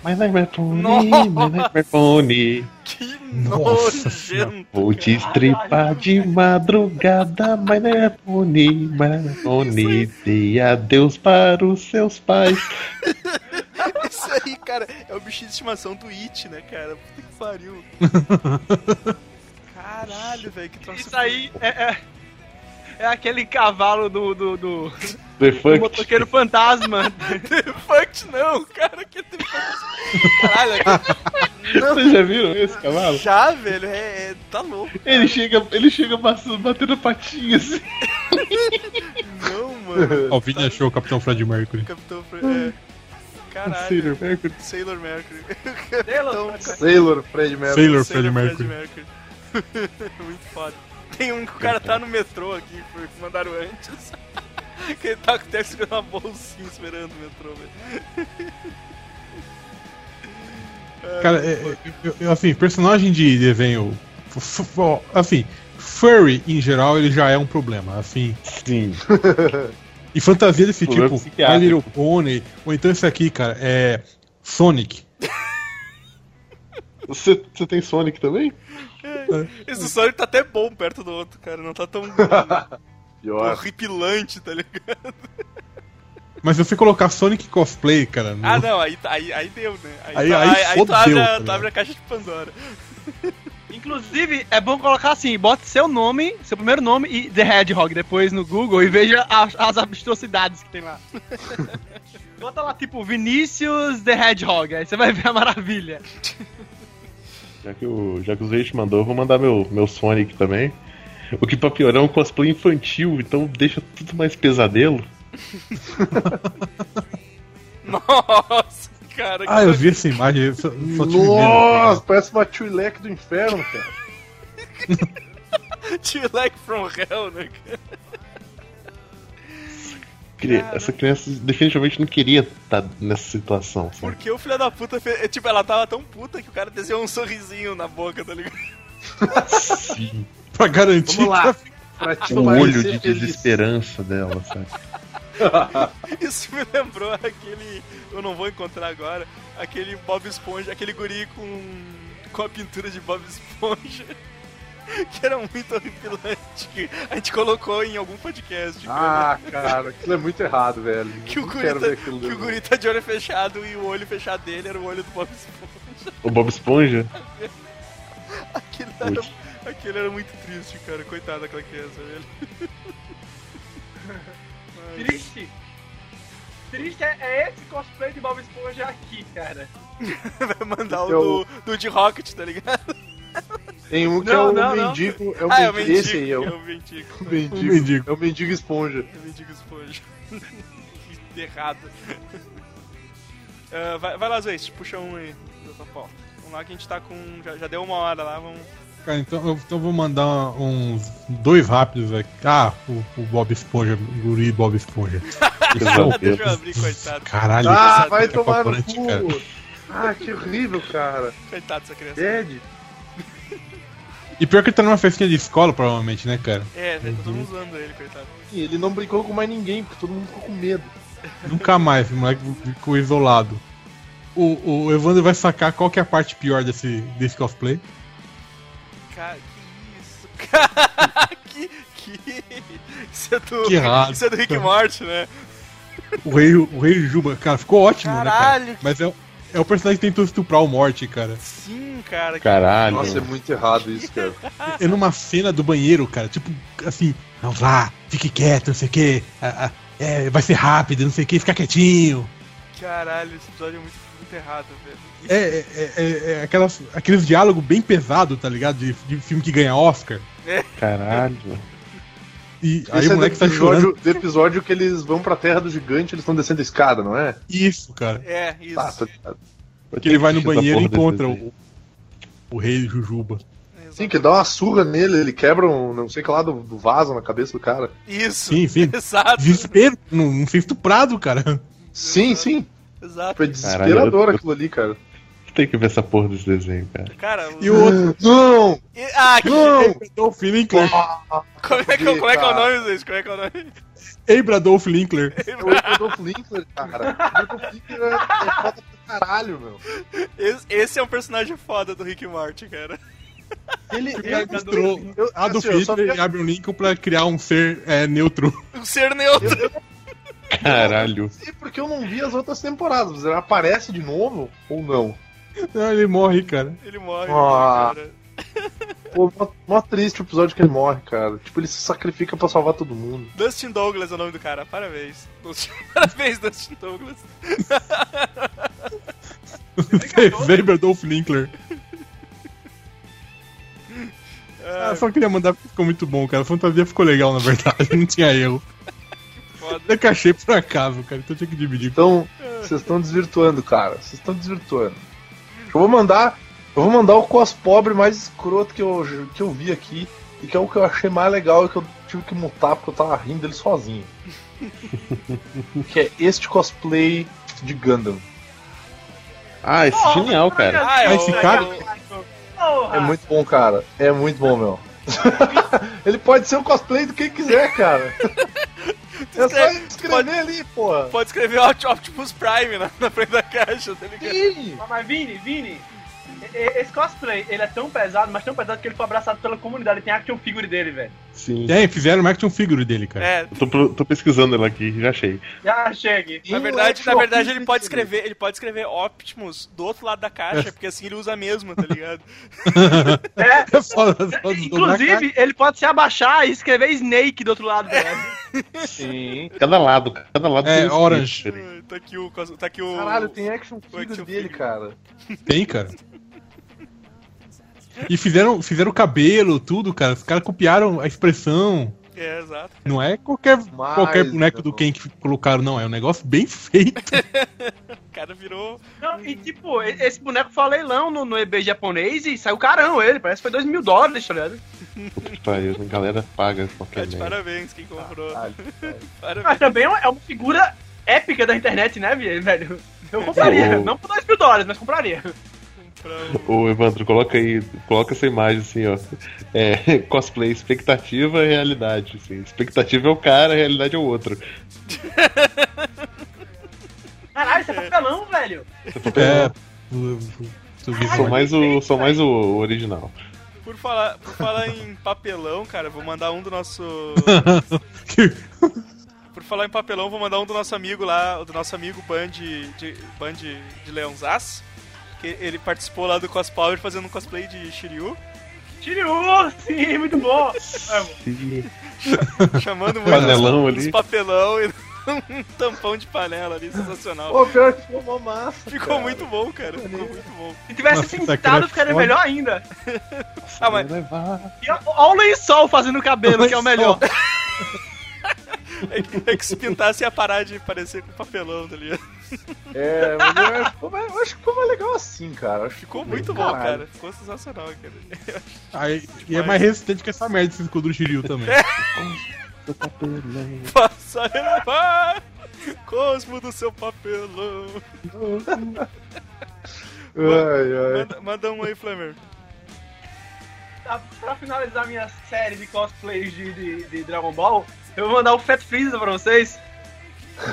S4: My Nightmare Pony, My Nightmare Pony.
S3: Que
S5: Nossa
S3: nojento.
S4: Vou te estripar de madrugada, mas não é puni, mas não é puni. Dê adeus para os seus pais.
S3: Isso aí, cara, é o bichinho de estimação do It, né, cara? Puta que pariu. Caralho, velho, que troço.
S7: Isso aí é, é- é aquele cavalo do, do, do, do
S4: The fuck.
S7: motoqueiro fantasma.
S3: Fuck não, cara, que Caralho,
S4: Vocês já viram esse cavalo?
S3: Já, velho, é, é- tá louco.
S4: Ele chega, ele chega passando- batendo patinha assim.
S3: Não, mano.
S5: Ó, O Vini achou o Capitão Fred Mercury.
S3: Capitão Fre- é. Caralho.
S4: Sailor Mercury.
S3: Sailor Mercury.
S7: Sailor
S6: Sailor Fred Mercury.
S5: Sailor Fred Mercury.
S3: Muito foda. Tem um que o cara tá no metrô aqui, foi que mandaram antes. que ele tá com o Texas na bolsinha esperando o metrô, velho.
S5: Cara, é, é, eu- eu- assim, personagem de desenho. f- f- ó, Assim, furry em geral ele já é um problema. Assim,
S4: Sim.
S5: e fantasia desse
S4: Problema
S5: tipo, My
S4: psiquiátrico.
S5: Little Pony, ou então esse aqui, cara, é Sonic.
S4: Você, você tem Sonic também?
S3: Esse sonho tá até bom perto do outro, cara. Não tá tão tão
S6: Pior.
S3: horripilante, tá ligado?
S5: Mas se você colocar Sonic cosplay, cara, no-
S3: Ah, não, aí, aí, aí deu, né?
S5: Aí-
S3: tu- tu,
S5: aí
S3: abre,
S5: fodeu,
S3: a-
S5: tá
S3: tu
S5: ligado?
S3: abre a caixa de Pandora.
S7: Inclusive, é bom colocar assim, bota seu nome, seu primeiro nome e The Hedgehog depois no Google e veja as, as abstrusidades que tem lá. bota lá tipo Vinícius The Hedgehog, aí você vai ver a maravilha.
S4: Já que o, já que o Zeus mandou, eu vou mandar meu, meu Sonic também. O que pra piorar é um cosplay infantil, então deixa tudo mais pesadelo.
S3: Nossa, cara.
S5: Ah, eu vi essa imagem. eu Só, só tive medo.
S6: Nossa, parece uma Twi'lek do inferno, cara.
S3: T-Leg from Hell, né? cara?
S4: Cri- Essa criança definitivamente não queria estar nessa situação. sabe?
S3: Porque o filho da puta fez. é, Tipo, ela tava tão puta que o cara desenhou um sorrisinho na boca, tá ligado?
S4: Sim.
S5: Pra garantir.
S6: Vamos lá.
S5: que-
S6: Pra te
S5: Tipo, Um
S4: O Um olho
S6: parecer
S4: de
S6: feliz.
S4: desesperança dela, sabe?
S3: Isso me lembrou aquele. Eu não vou encontrar agora. Aquele Bob Esponja, aquele guri com. com a pintura de Bob Esponja. Que era muito horripilante. Que a gente colocou em algum podcast.
S6: Ah, cara, aquilo é muito errado, velho.
S3: que, o
S6: Não
S3: guri
S6: quero
S3: tá,
S6: ver aquilo.
S3: que o guri tá de olho fechado e o olho fechado dele era o olho do Bob Esponja.
S4: O Bob Esponja?
S3: Aquilo era, aquilo era muito triste, cara. Coitado daquela criança, velho.
S7: Triste. Triste é, é esse cosplay de Bob Esponja aqui, cara.
S3: Vai mandar
S6: Então-
S3: o do, do de Rocket, tá ligado?
S6: Tem um que
S7: Não,
S6: é o
S7: não, não.
S6: mendigo. É o
S3: ah, é o
S6: mendigo.
S3: mendigo.
S6: Esse aí é
S3: É
S6: o
S3: o mendigo.
S6: o mendigo.
S5: O mendigo.
S6: É o mendigo esponja.
S3: Eu me digo esponja. Que Errado. Ah, vai, vai lá, Zeus, puxa um aí da tua pauta. Vamos lá que a gente tá com. Já, já deu uma hora lá, vamos.
S5: Cara, então eu então eu vou mandar uns dois rápidos aqui. Ah, o, o Bob Esponja, o Guri Bob Esponja.
S4: Não,
S3: Ah, Deixa eu abrir, coitado.
S5: Caralho,
S6: Ah,
S5: que
S6: vai
S5: saco
S6: tomar no
S5: apavorante,
S6: cu.
S5: cara.
S6: Ah, que horrível, cara.
S3: Coitado dessa criança.
S6: Dead.
S5: E pior que ele tá numa festinha de escola, provavelmente, né, cara?
S3: É, já tá todo mundo usando ele, coitado.
S6: E ele não brincou com mais ninguém, porque todo mundo ficou com medo.
S5: Nunca mais, o moleque ficou isolado. O, o Evandro vai sacar qual que é a parte pior desse, desse cosplay.
S3: Cara, que isso? Cara, que. que- Isso é do.
S5: Que errado.
S3: Isso é do Rick Morty, né?
S5: O rei, o rei Juba, cara, ficou ótimo, né,
S3: Caralho.
S5: cara? Mas é, o- é o personagem que tentou estuprar o Morte, cara.
S3: Sim, cara. que-
S4: Caralho.
S6: Nossa, é muito errado isso, cara.
S5: É numa cena do banheiro, cara, tipo, assim, não vá, fique quieto, não sei o quê, ah, ah, é, vai ser rápido, não sei o quê, fica quietinho.
S3: Caralho, esse episódio é muito, muito errado, velho.
S5: É, é, é, é, é aquelas, aqueles diálogos bem pesados, tá ligado? De, de filme que ganha Oscar.
S4: Caralho.
S5: E aí
S6: Esse
S5: o
S6: é do
S5: moleque tá
S6: episódio,
S5: chorando.
S6: do episódio que eles vão pra terra do gigante, eles estão descendo a escada, não é?
S5: Isso, cara.
S3: É, isso.
S6: Tá, tá ligado.
S4: Eu
S5: Que ele
S4: tenho
S5: vai no
S4: assistir essa
S5: banheiro e
S4: porra desse
S5: encontra
S4: desenho.
S5: o, o rei Jujuba.
S3: Exato.
S6: Sim, que dá uma surra nele, ele quebra um não sei o que lá do, do vaso na cabeça do cara.
S3: Isso.
S5: Sim, sim.
S3: Exato.
S5: Desespero, não, não ser estuprado, cara.
S6: Sim, sim.
S3: Exato.
S6: Foi desesperador
S4: Caralho, eu-
S6: aquilo ali, cara.
S4: Tem que ver essa porra desse desenho, cara.
S3: Cara,
S5: E o outro.
S6: Não!
S3: e- ah, que
S6: Não!
S5: Adolf Linkler.
S3: Como é que, como é, que é o
S6: Cara.
S3: nome, Zeus? Como é que é o nome?
S5: Abra Adolf Linkler.
S6: É o Adolf Linkler, cara. O Adolf Linkler é, é foda pra caralho, meu.
S3: Esse, esse é um personagem foda do Rick Morty, cara.
S6: Ele,
S5: Ele é mostrou
S6: eu-
S5: Adolf
S6: assim, eu só
S5: Ah, Hitler
S6: vi-
S5: e Abraham Lincoln pra criar um ser é, neutro.
S3: Um ser neutro.
S4: Caralho.
S6: sei assim porque eu não vi as outras temporadas, mas ele aparece de novo ou não?
S5: Não, ele morre, cara.
S3: Ele morre,
S6: Ah.
S3: cara.
S6: Pô, mó, mó triste o episódio que ele morre, cara. Tipo, ele se sacrifica pra salvar todo mundo.
S3: Dustin Douglas é o nome do cara. Parabéns. Dustin- Parabéns, Dustin Douglas.
S5: Weber Adolf Linkler.
S3: Ah, É.
S5: Ah, só queria mandar porque ficou muito bom, cara. A fantasia ficou legal, na verdade. Não tinha erro.
S3: foda.
S5: Eu cachei por acaso, cara. Então eu tinha que dividir.
S6: Então, vocês estão desvirtuando, cara. Vocês estão desvirtuando. Eu vou mandar. Eu vou mandar o cos pobre mais escroto que eu, que eu vi aqui. E que é o que eu achei mais legal e que eu tive que mutar porque eu tava rindo dele sozinho. que é este cosplay de Gundam.
S4: Ah, esse é genial, cara.
S3: Ah, é
S5: Ah,
S3: o-
S5: esse
S3: é
S5: cara-
S3: o-
S7: Porra!
S3: Ah.
S6: É muito bom, cara. É muito bom, meu. Ele pode ser o cosplay do quem quiser, cara. É só
S3: Você
S6: escrever
S3: pode-
S6: ali, porra.
S3: Pode escrever Oct- Optimus Prime na, na frente da caixa, tá ligado?
S6: Sim.
S7: Mas, Mas Vini, Vini, e- e- esse cosplay, ele é tão pesado, mas tão pesado que ele foi abraçado pela comunidade. Tem action figure dele, velho.
S4: Sim.
S5: E aí, É, fizeram o action figure dele, cara.
S3: É,
S4: Eu Tô, pro- tô pesquisando ela aqui, já achei.
S7: Já chegue.
S3: na verdade, na verdade ele pode escrever, ele pode escrever Optimus do outro lado da caixa, porque assim ele usa a mesma, tá ligado?
S7: É,
S5: É foda, foda, dobrar
S7: inclusive, ele pode se abaixar e escrever Snake do outro lado dele.
S6: Sim.
S4: Cada lado, cada lado
S5: É,
S4: um script
S5: orange.
S4: diferente.
S3: tá aqui o cos- tá aqui o
S6: Caralho, tem action figure
S3: action
S6: dele,
S3: um figure.
S6: cara.
S5: a cara. tem, cara. E fizeram, fizeram o cabelo, tudo, cara. Os caras copiaram a expressão.
S3: É, exato.
S5: Não é qualquer,
S6: Mas,
S5: qualquer boneco do
S6: não.
S5: Ken que colocaram, não. É um negócio bem feito.
S3: cara. Virou.
S7: Não, e tipo, e- esse boneco foi a leilão no, no eBay japonês e saiu carão ele, parece que foi 2 mil dólares, tá ligado?
S4: Puta que pariu, a galera paga
S3: Tá
S4: qualquer
S3: de
S4: merda.
S3: parabéns quem comprou.
S6: Caralho,
S3: Parabéns.
S7: Mas também é uma- é uma figura épica da internet, né, velho? Eu compraria,
S4: Ô, ô.
S7: não por 2 mil dólares, mas compraria.
S3: Comprou.
S4: Ô, Evandro, coloca aí, coloca essa imagem assim, ó. É, cosplay, expectativa e realidade. Assim. Expectativa é o cara, a realidade é o outro.
S7: Caralho, isso é papelão, velho.
S5: É.
S4: Sou mais o, sou mais o original.
S3: Por falar, por falar em papelão, cara, vou mandar um do nosso. Por falar em papelão, vou mandar um do nosso amigo lá, do nosso amigo Band de, Band de Leonzás. Que ele participou lá do Cospower fazendo um cosplay de Shiryu,
S7: Tirou, sim, muito bom. É,
S3: chamando um
S4: Panelão
S3: dos
S4: ali.
S3: papelão e um tampão de panela ali, sensacional.
S6: Pô, pior que ficou uma massa.
S3: Ficou muito bom, cara, ficou muito bom.
S7: se tivesse
S5: Nossa,
S7: se
S5: Minecraft
S7: pintado, ficaria
S5: foda.
S7: melhor ainda.
S3: Ah, mas
S7: E olha o lençol fazendo o cabelo, que é o melhor.
S3: é que, é que se pintasse ia parar de parecer com papelão, tá ligado?
S6: É, mas eu acho que ficou mais- eu acho que ficou mais legal assim, cara. Acho que
S3: Ficou muito bom,
S6: Caralho.
S3: cara, ficou sensacional, cara.
S5: Aí, e é mais resistente que essa merda esse escudo do Shiryu também.
S3: Passa a elevar Cosmo do seu papelão.
S6: Ai, ai.
S3: Manda, manda um aí, Flamer.
S7: Tá, pra finalizar minha série de cosplays de, de- de Dragon Ball, eu vou mandar o Fat Freeza pra vocês.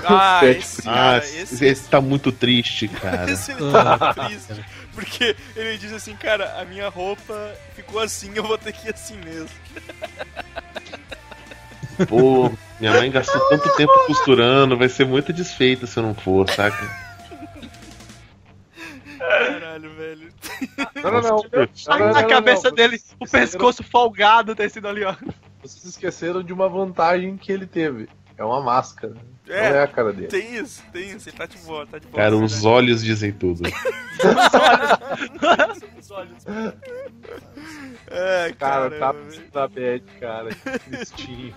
S3: Ah,
S6: Fat
S3: esse,
S4: Ah,
S3: cara, esse,
S4: esse, esse tá muito triste, cara.
S3: esse ele tá triste. Porque ele diz assim, cara, a minha roupa ficou assim, eu vou ter que ir assim mesmo.
S4: Pô, minha mãe gastou tanto tempo costurando, vai ser muito desfeita se eu não for, saca?
S3: Caralho, velho.
S6: Não, não, não.
S7: A,
S6: Não, não,
S7: a
S6: não, não,
S7: cabeça
S6: não.
S7: dele, o pescoço folgado tecido ali, ó.
S6: Vocês esqueceram de uma vantagem que ele teve. É uma máscara.
S3: É.
S6: Não é a cara dele.
S3: Tem isso, tem isso. Ele tá de boa, tá de boa.
S4: Cara, os olhos dizem tudo.
S3: Os olhos. É,
S6: Cara,
S3: cara.
S6: tá tá bad, cara. Que Tristinho.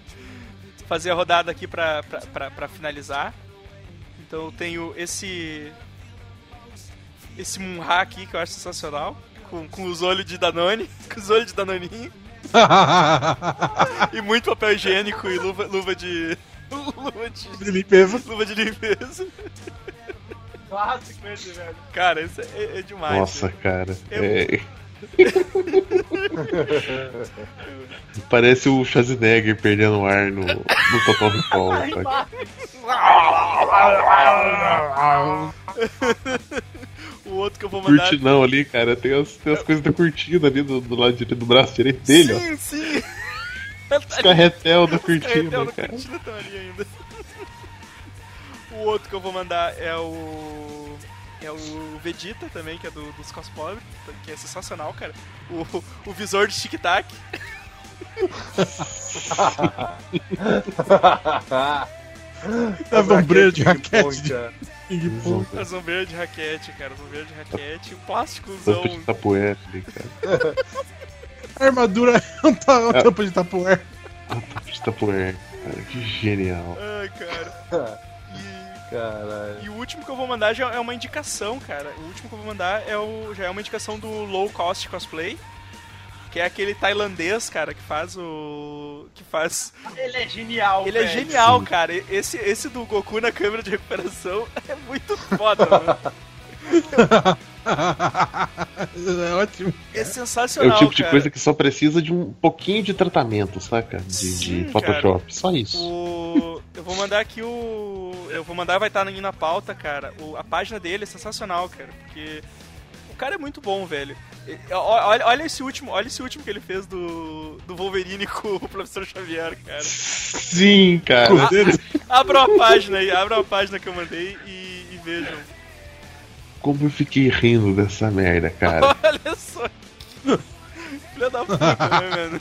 S3: fazer a rodada aqui pra, pra, pra, pra finalizar. Então eu tenho esse. Esse Munha aqui que eu acho sensacional. Com, com os olhos de Danone. Com os olhos de Danoninho. E muito papel higiênico e luva, luva de. Luva de.
S5: de limpeza.
S3: Luva de limpeza.
S7: Clássico esse, velho.
S3: Cara, isso é, é demais.
S4: Nossa, cara.
S3: Eu-
S4: é. Parece o Schwarzenegger perdendo o ar no, no Total Recall. saca?
S3: O outro que eu vou mandar.
S4: Curtinão ali, cara. Tem as, tem as coisas da curtida ali do, do lado direito, do braço direito dele, ó.
S3: sim, sim.
S4: Os carretel da
S3: Carretel
S4: curtida,
S3: no
S4: cara.
S3: Curtindo estão ali ainda. O outro que eu vou mandar é o. É o Vegeta também, que é do, dos Cospobre, que é sensacional, cara. O, o visor de tic-tac.
S6: Tá
S5: Tava um breiro de raquete de
S6: Ponte,
S5: ping-pong.
S3: A zombeira de raquete, cara. A zombeira de raquete. um O
S4: Tampa
S3: plásticozão.
S4: de tapoé ali, cara.
S5: A armadura é um ta- uma tampa de tapoer.
S4: Tampa de tapoé, é, cara. Que genial. É
S3: Ai, cara. E,
S6: Caralho.
S3: e o último que eu vou mandar já é uma indicação, cara. O último que eu vou mandar é o, já é uma indicação do Low Cost Cosplay. Que é aquele tailandês, cara, que faz o. que faz
S7: Ele é genial,
S3: Ele é
S7: velho.
S3: genial, cara. E- Esse, esse do Goku na câmera de recuperação é muito foda, mano.
S5: é ótimo.
S3: É
S4: É
S3: sensacional,
S4: o tipo de
S3: cara.
S4: coisa que só precisa de um pouquinho de tratamento, saca? De, de
S3: Sim,
S4: Photoshop. Só isso.
S3: O... Eu vou mandar aqui o... Eu vou mandar, vai estar na na pauta, cara. O- A página dele é sensacional, cara. Porque o cara é muito bom, velho. E- o- Olha, olha esse último, olha esse último que ele fez do, do Wolverine com o Professor Xavier, cara.
S4: Sim, cara.
S3: Abra a página aí, abra a página que eu mandei e, e vejam.
S4: Como eu fiquei rindo dessa merda, cara.
S3: Olha só. que Filha da puta, né, mano?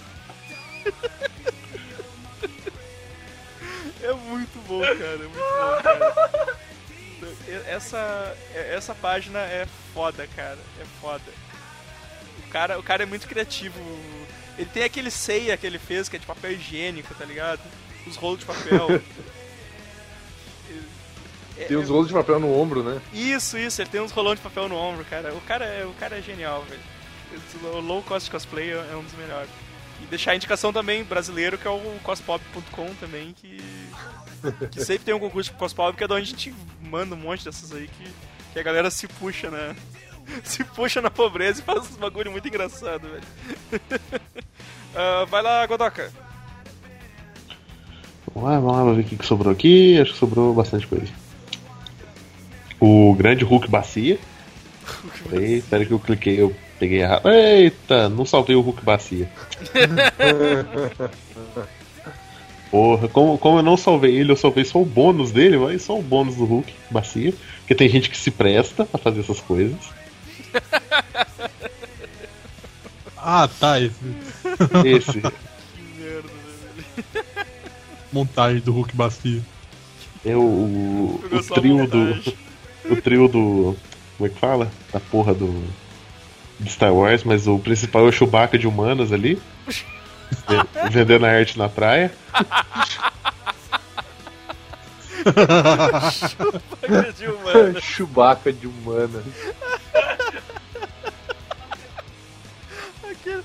S3: É muito bom, cara. É muito bom, cara. E- Essa, é- essa página é foda, cara. É foda. O cara, o cara é muito criativo. Ele tem aquele ceia que ele fez, que é de papel higiênico, tá ligado? Os rolos de papel. É-
S6: Tem os rolos de papel no ombro, né?
S3: Isso, isso, ele tem uns rolões de papel no ombro, cara. O cara, é- o cara é genial, velho. Esse low- Low cost cosplay é é um dos melhores. E deixar a indicação também brasileiro, que é o cospop.com também, que. que sempre tem um concurso de cospop, que é de onde a gente manda um monte dessas aí que, que a galera se puxa, né? Se puxa na pobreza e faz uns bagulho muito engraçado, velho. Ah, vai lá, Godoka.
S4: Vamos lá, vamos lá, vamos ver o que, que sobrou aqui. Acho que sobrou bastante coisa. O grande Hulk bacia. Peraí, espera que eu cliquei, eu peguei errado. Eita, não salvei o Hulk bacia. Porra, como, como eu não salvei ele, eu salvei só o bônus dele, mas só o bônus do Hulk bacia. Porque tem gente que se presta a fazer essas coisas.
S5: Ah, tá. Esse,
S4: Esse,
S3: Que merda, velho.
S5: montagem do Hulk Bacia.
S4: É o, o,
S3: Pegou
S4: o
S3: só a
S4: trio do.
S3: montagem.
S4: O trio do. Como é que fala? Da porra do. De Star Wars, mas o principal é o Chewbacca de humanas ali. ve- vendendo a arte na praia.
S3: Agrediu, mano.
S6: É. Chewbacca de humana.
S3: Aquele-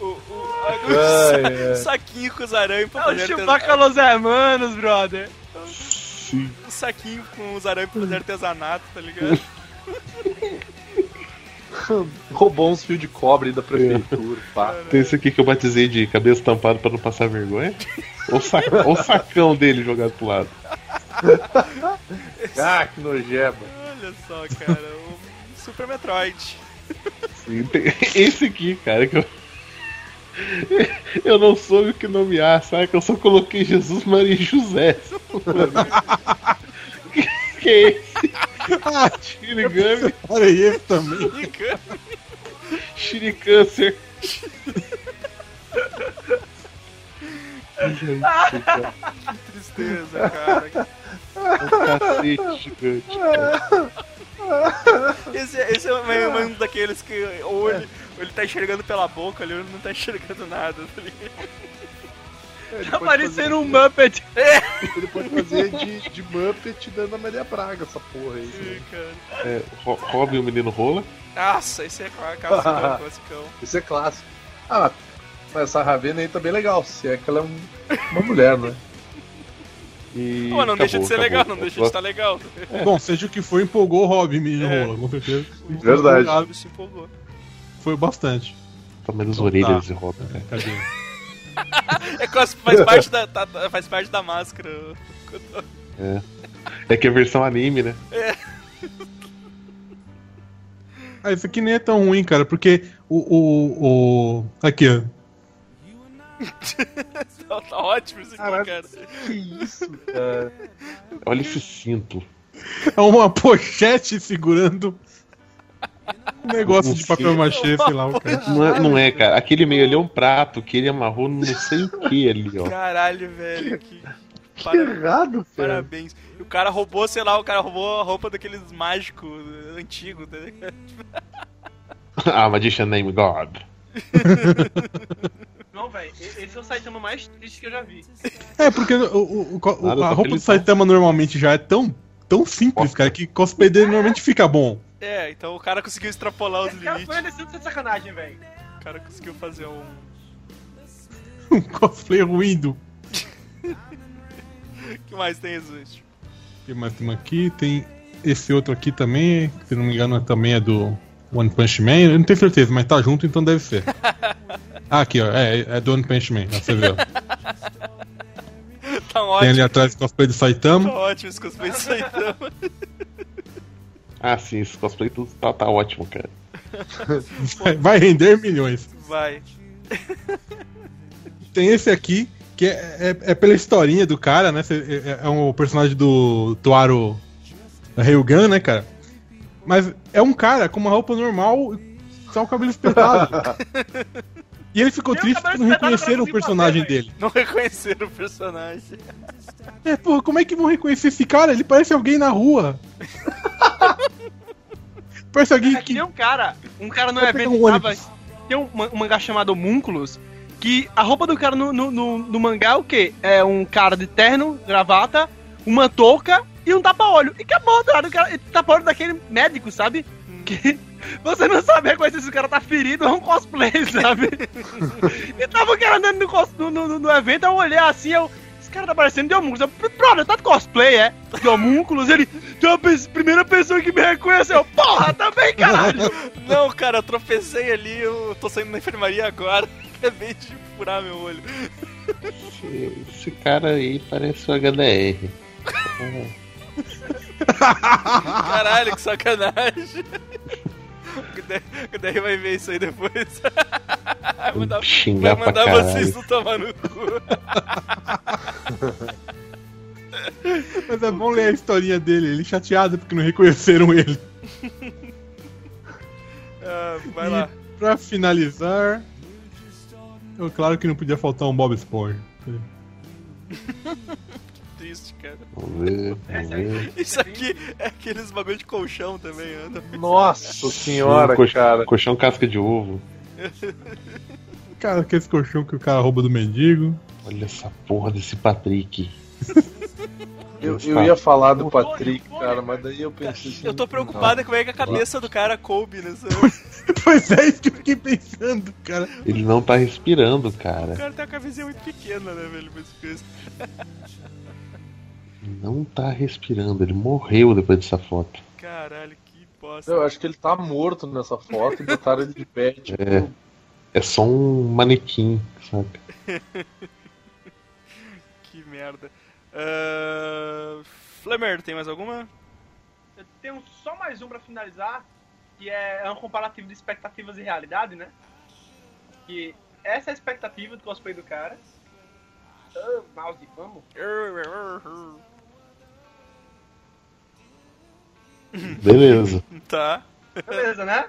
S3: O, o, a- o sa-
S6: Ai, é.
S3: saquinho com os aranhos pra
S7: É o
S3: fazer
S7: Chewbacca Los Hermanos, brother.
S4: Sim.
S3: artes- o um saquinho com os aranhos pra fazer artesanato, tá ligado?
S6: Roubou uns fios de cobre da prefeitura, pá.
S4: Tem esse aqui que eu batizei de cabeça tampada pra não passar vergonha. Ou saca- ou o sacão dele jogado pro lado.
S6: Ah, que nojeba.
S3: Olha só, cara, o Super Metroid.
S4: Sim, tem- Esse aqui, cara, que eu. Eu não soube o que nomear, saca? Eu só coloquei Jesus, Maria e José. que, que é esse? Shinigami,
S5: Ah, Olha aí, esse também.
S4: Shinicancer.
S3: Tristeza, cara.
S4: Cacete gigante. cara.
S3: Esse, é- esse é um, um daqueles que ou ele,
S6: É.
S3: ou ele tá enxergando pela boca ali, ou ele não tá enxergando nada, tá ligado?
S6: É,
S7: Tá parecendo um Muppet.
S6: Ele pode fazer de, de Muppet dando a Maria Braga, essa porra aí.
S3: Ih, cara.
S4: É, Ro- Robin e o menino rola.
S3: Nossa, esse é cla- classicão, classicão.
S6: Isso é clássico. Ah, mas essa Ravena aí tá bem legal, se é que ela é um- uma mulher, né?
S4: E
S3: Pô, não deixa de ser legal, não deixa de estar
S4: estar.
S3: legal.
S5: Bom, seja o que for, empolgou o Robin, menino
S3: É.
S5: Rola, com certeza. Ah,
S6: Verdade.
S3: O Fábio se empolgou.
S5: Foi bastante.
S4: Pelo menos orelhas de Robin, cara.
S5: Cadê?
S3: É, cos- faz, parte da, tá- tá- faz parte da máscara.
S4: É que é versão anime, né?
S5: Ah, isso aqui nem é tão ruim, cara, porque o. o, o... Aqui, ó.
S3: Tá, tá ótimo isso aqui,
S6: Caralho.
S3: cara.
S6: Que isso, cara.
S4: Olha esse cinto.
S5: É uma pochete segurando um negócio de papel machê, sei lá, o cara.
S4: Não é, não é, cara. Aquele meio ali é um prato que ele amarrou não sei o que ali, ó.
S3: Caralho, velho. Que,
S6: Que
S3: para-
S6: errado,
S4: É.
S6: cara.
S3: Parabéns. E o cara roubou, sei lá, o cara roubou a roupa daqueles mágicos eh, antigos, tá ligado?
S4: Ah, Magician Name God.
S7: Não, velho, esse é o Saitama mais triste que eu já vi.
S5: É, porque o, o- o co-
S4: Nada,
S5: a
S4: tá
S5: roupa do
S4: felizão.
S5: Saitama normalmente já é tão, tão simples, cara, que cosplay dele normalmente fica bom.
S3: É, então o cara conseguiu extrapolar os
S7: Esse cara
S3: limites.
S7: foi descendo de sacanagem, velho.
S3: O cara conseguiu fazer um.
S5: Um cosplay ruim do.
S3: O que mais tem, Jesus?
S5: Tem mais uma aqui, tem esse outro aqui também, se não me engano é- também é do One Punch Man. Eu não tenho certeza, mas tá junto, então deve ser. Ah, aqui, ó, é, é do One Punch Man, ó, você vê. ó.
S3: Tá
S5: Tem
S3: ótimo,
S5: ali atrás o cosplay do
S3: tá
S5: Saitama.
S3: ótimo esse cosplay então. de Saitama.
S4: Ah, sim, esse cosplay tudo tá, tá ótimo, cara.
S5: Vai- Vai render milhões.
S3: Vai.
S5: Tem esse aqui, que é, é- é pela historinha do cara, né? Cê- É, é um personagem do Toaro Ryugan, né, cara? Mas é um cara com uma roupa normal, só o cabelo espetado. e ele ficou
S7: Tem o
S5: triste
S7: cabelo
S5: por não
S7: espetado,
S5: reconhecer
S7: eu
S5: o
S7: consigo
S5: personagem
S7: fazer,
S5: dele.
S3: Não reconheceram o personagem.
S5: É, porra, como é que vão reconhecer esse cara? Ele parece alguém na rua. parece alguém
S7: É que
S5: que.
S7: tem um cara, um cara no
S5: Vai pegar
S7: evento
S5: um
S7: que tava.
S5: ônibus.
S7: Tem um, ma- um mangá chamado Homúnculos, que a roupa do cara no, no, no- no mangá é o quê? É um cara de terno, gravata, uma touca e um tapa-olho. E acabou, tá ligado? O cara- Tapa-olho daquele médico, sabe?
S5: Hum.
S7: Que você não sabe reconhecer se o cara tá ferido ou é um cosplay, sabe? e tava o cara andando no, cos- no, no, no evento, eu olhei assim, eu. Esse cara tá parecendo de homúnculos. Eu, brother, tá de cosplay, é? De homúnculos, ele. Tem uma pe- primeira pessoa que me reconheceu. Porra, também, caralho!
S3: Não, cara, eu tropecei ali, eu tô saindo da enfermaria agora. Acabei de furar meu olho.
S4: Esse cara aí parece o HDR.
S3: Caralho, que sacanagem. O DR vai ver isso aí depois. Vai mandar,
S4: Xingar
S3: vai mandar
S4: pra caralho.
S3: vocês não tomar no cu.
S5: Mas é bom ler a historinha dele, ele chateado porque não reconheceram ele.
S3: Ah, vai lá.
S5: E pra finalizar. Eu, claro que não podia faltar um Bob Esponja.
S3: Triste, cara.
S4: Vamos ver, vamos ver.
S3: Isso aqui é aqueles bagulho de colchão também, anda.
S6: Nossa senhora,
S4: Cox-
S6: cara.
S4: Colchão casca de ovo.
S5: Cara, que esse colchão que o cara rouba do mendigo.
S4: Olha essa porra desse Patrick.
S6: Eu, eu ia falar do Patrick, cara, mas daí eu pensei assim.
S3: Eu tô preocupado em como é que a cabeça do cara coube né? nessa. O
S5: pois é, isso que eu fiquei pensando, cara.
S4: Ele não tá respirando, cara.
S3: cara tem uma cabecinha muito pequena, né, velho? pra esse coisa.
S4: Não tá respirando. Ele morreu depois dessa foto.
S3: Caralho, que bosta.
S6: Eu acho que ele tá morto nessa foto e botaram ele de pé. Tipo,
S4: É. É só um manequim, sabe?
S3: Que merda. Ah, Flamer, tem mais alguma?
S7: Eu tenho só mais um pra finalizar, que é é um comparativo de expectativas e realidade, né? Que essa é a expectativa do cosplay do cara. Ah, mouse, vamos.
S4: Beleza.
S3: Tá.
S7: Beleza, né?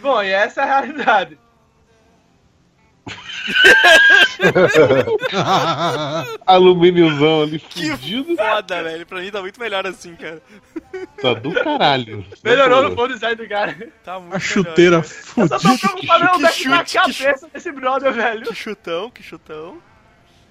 S7: Bom, e essa é a realidade.
S4: Alumíniozão ali
S3: Que
S4: fudido.
S3: Foda, velho. Pra mim tá muito melhor assim, cara.
S4: Tá do caralho.
S7: Melhorou no
S4: ponto.
S7: bom design do cara.
S3: Tá muito
S5: A chuteira
S7: Eu
S3: tá
S7: só tá
S5: fudida.
S7: tô preocupado
S3: chute,
S7: não deck na
S3: que chute.
S7: cabeça desse brother, velho.
S3: melhor. Que chutão, que chutão.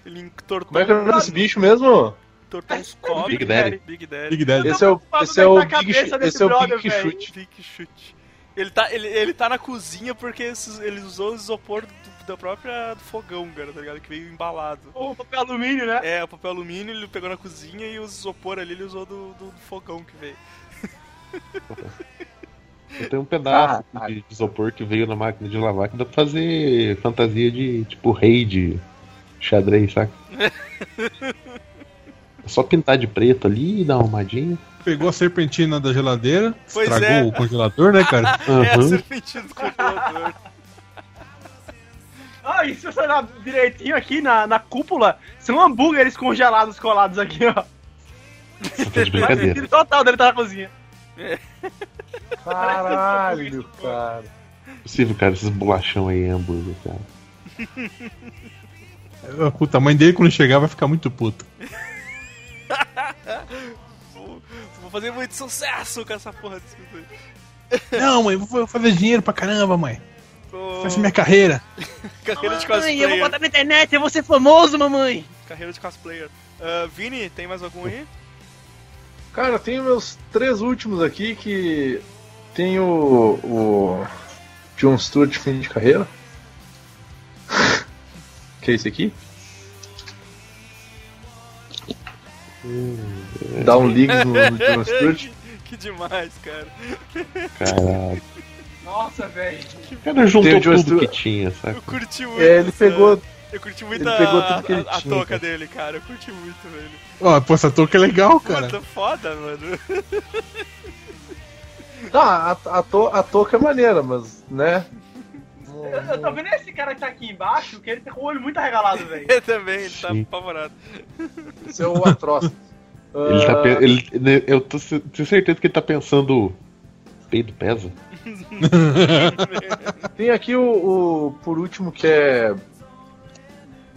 S3: Ele entortou,
S6: como é que é o nome desse bicho mesmo?
S3: entortou uns copos.
S4: Big Daddy.
S3: Big Daddy.
S5: Big Daddy.
S6: Esse é o,
S7: Tá
S6: esse é o
S7: na
S6: Big
S7: cabeça
S6: Chute.
S7: desse
S6: Esse é o
S7: brother,
S6: Big
S7: velho.
S6: Chute.
S3: Big chute. Ele tá, ele, ele tá na cozinha porque esses- ele usou o isopor do, da própria do fogão, cara, tá ligado? Que veio embalado.
S7: O papel alumínio, né?
S3: É, o papel alumínio ele pegou na cozinha e o isopor ali ele usou do, do- do fogão que veio.
S4: Eu tenho um pedaço
S6: Caralho.
S4: de isopor que veio na máquina de lavar que dá pra fazer fantasia de tipo rei de xadrez, saca? É só pintar de preto ali e dar uma arrumadinha.
S5: Pegou a serpentina da geladeira,
S3: tá Pois
S5: estragou
S3: é.
S5: o congelador, né, cara?
S3: É a
S7: Uhum.
S4: Aham.
S3: serpentina do congelador.
S7: Ah, e se você olhar direitinho aqui na, na cúpula, são hambúrgueres congelados colados aqui, ó.
S4: Você tá de brincadeira.
S7: total dele tá na cozinha.
S6: Caralho, cara.
S4: Impossível, cara, esses bolachão aí, hambúrguer, cara.
S5: Puta, a mãe dele quando chegar vai ficar muito puta.
S3: Vou- Vou fazer muito sucesso com essa porra desse filme.
S5: Não, mãe, vou fazer dinheiro pra caramba, mãe.
S3: Ô,
S5: Faça minha carreira.
S3: Carreira de
S7: Mãe, eu vou
S3: cosplayer.
S7: botar na internet, eu vou ser famoso, mamãe.
S3: Carreira de cosplayer. Ah, Vini, tem mais algum aí?
S6: Cara, eu tenho meus três últimos aqui que tem o, o John Stewart fim de carreira. Que é esse aqui?
S4: Hum.
S6: Dá um ligue no, no John Stewart.
S3: que, que demais, cara.
S4: Caralho.
S7: Nossa, velho.
S4: O cara juntou
S6: Tem o Joe
S4: tudo
S6: Stewart.
S4: que tinha, saca?
S3: Eu curti muito.
S6: É, ele
S3: essa-
S6: pegou.
S3: Eu curti muito
S6: ele
S3: a,
S6: pegou tudo que
S3: a-
S6: ele
S3: a
S6: tinha,
S3: touca
S6: cara.
S3: dele, cara. Eu curti muito, velho.
S5: Ó, pô, essa touca é legal, cara.
S3: Puta foda, mano.
S6: Tá, a, a, to, a toca é maneira, mas, né?
S7: Eu, eu tô vendo esse cara que tá aqui embaixo, que ele tá com o olho muito arregalado, velho.
S3: Ele também, ele tá
S4: Sim.
S3: apavorado.
S6: Esse é o atroz. Ah,
S4: Ele tá pe- ele- Eu tô, ce- tenho certeza que ele tá pensando. Peido pesa?
S6: Tem aqui o, o- por último que é.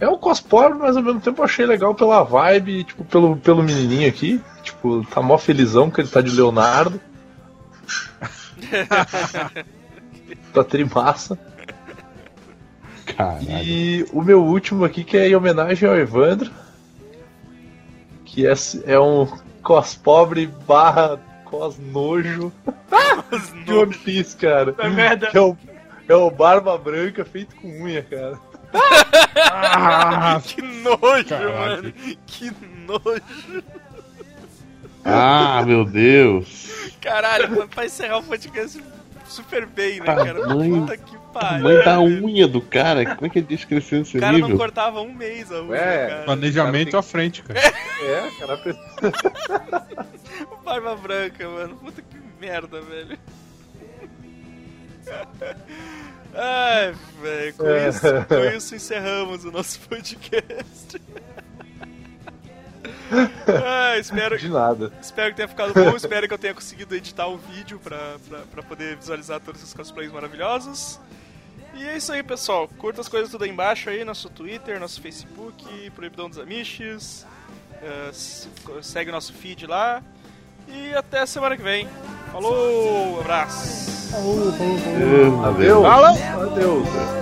S6: É um cosplay, mas ao mesmo tempo eu achei legal pela vibe, e, tipo, pelo, pelo menininho aqui. Tipo, tá mó felizão que ele tá de Leonardo. tá trimassa.
S4: Caralho.
S6: E o meu último aqui que é em homenagem ao Evandro. Que é, é um cos pobre barra cos nojo
S3: Mas
S6: de
S3: não-
S6: One Piece, cara.
S7: É merda.
S6: Que é o, é o Barba Branca feito com unha, cara.
S5: Ah,
S3: Que nojo,
S5: Caraca.
S3: mano. Que nojo.
S4: Ah, meu Deus.
S3: Caralho, pra encerrar o podcast super bem, né, cara?
S4: Tamanho-
S3: Puta que
S4: A
S3: pariu.
S4: mãe tá um da
S3: velho.
S4: unha do cara, como é que ele diz crescendo esse
S3: O cara não
S4: nível?
S3: cortava um mês a unha,
S6: É.
S3: cara.
S5: planejamento à frente, cara.
S6: É, cara. a-
S3: Barba branca, mano. Puta que merda, velho. Ai, velho, com,
S6: É.
S3: isso, com isso encerramos o nosso podcast. Ah, espero,
S6: De nada.
S3: espero que tenha ficado bom, espero que eu tenha conseguido editar o vídeo pra, pra, pra poder visualizar todos esses cosplays maravilhosos. E é isso aí, pessoal. Curta as coisas tudo aí embaixo aí, nosso Twitter, nosso Facebook, Proibidão dos Amiches. eh, se- segue o nosso feed lá. E até semana que vem. Falou, abraço.
S4: Meu Deus.
S6: Adeus. Adeus.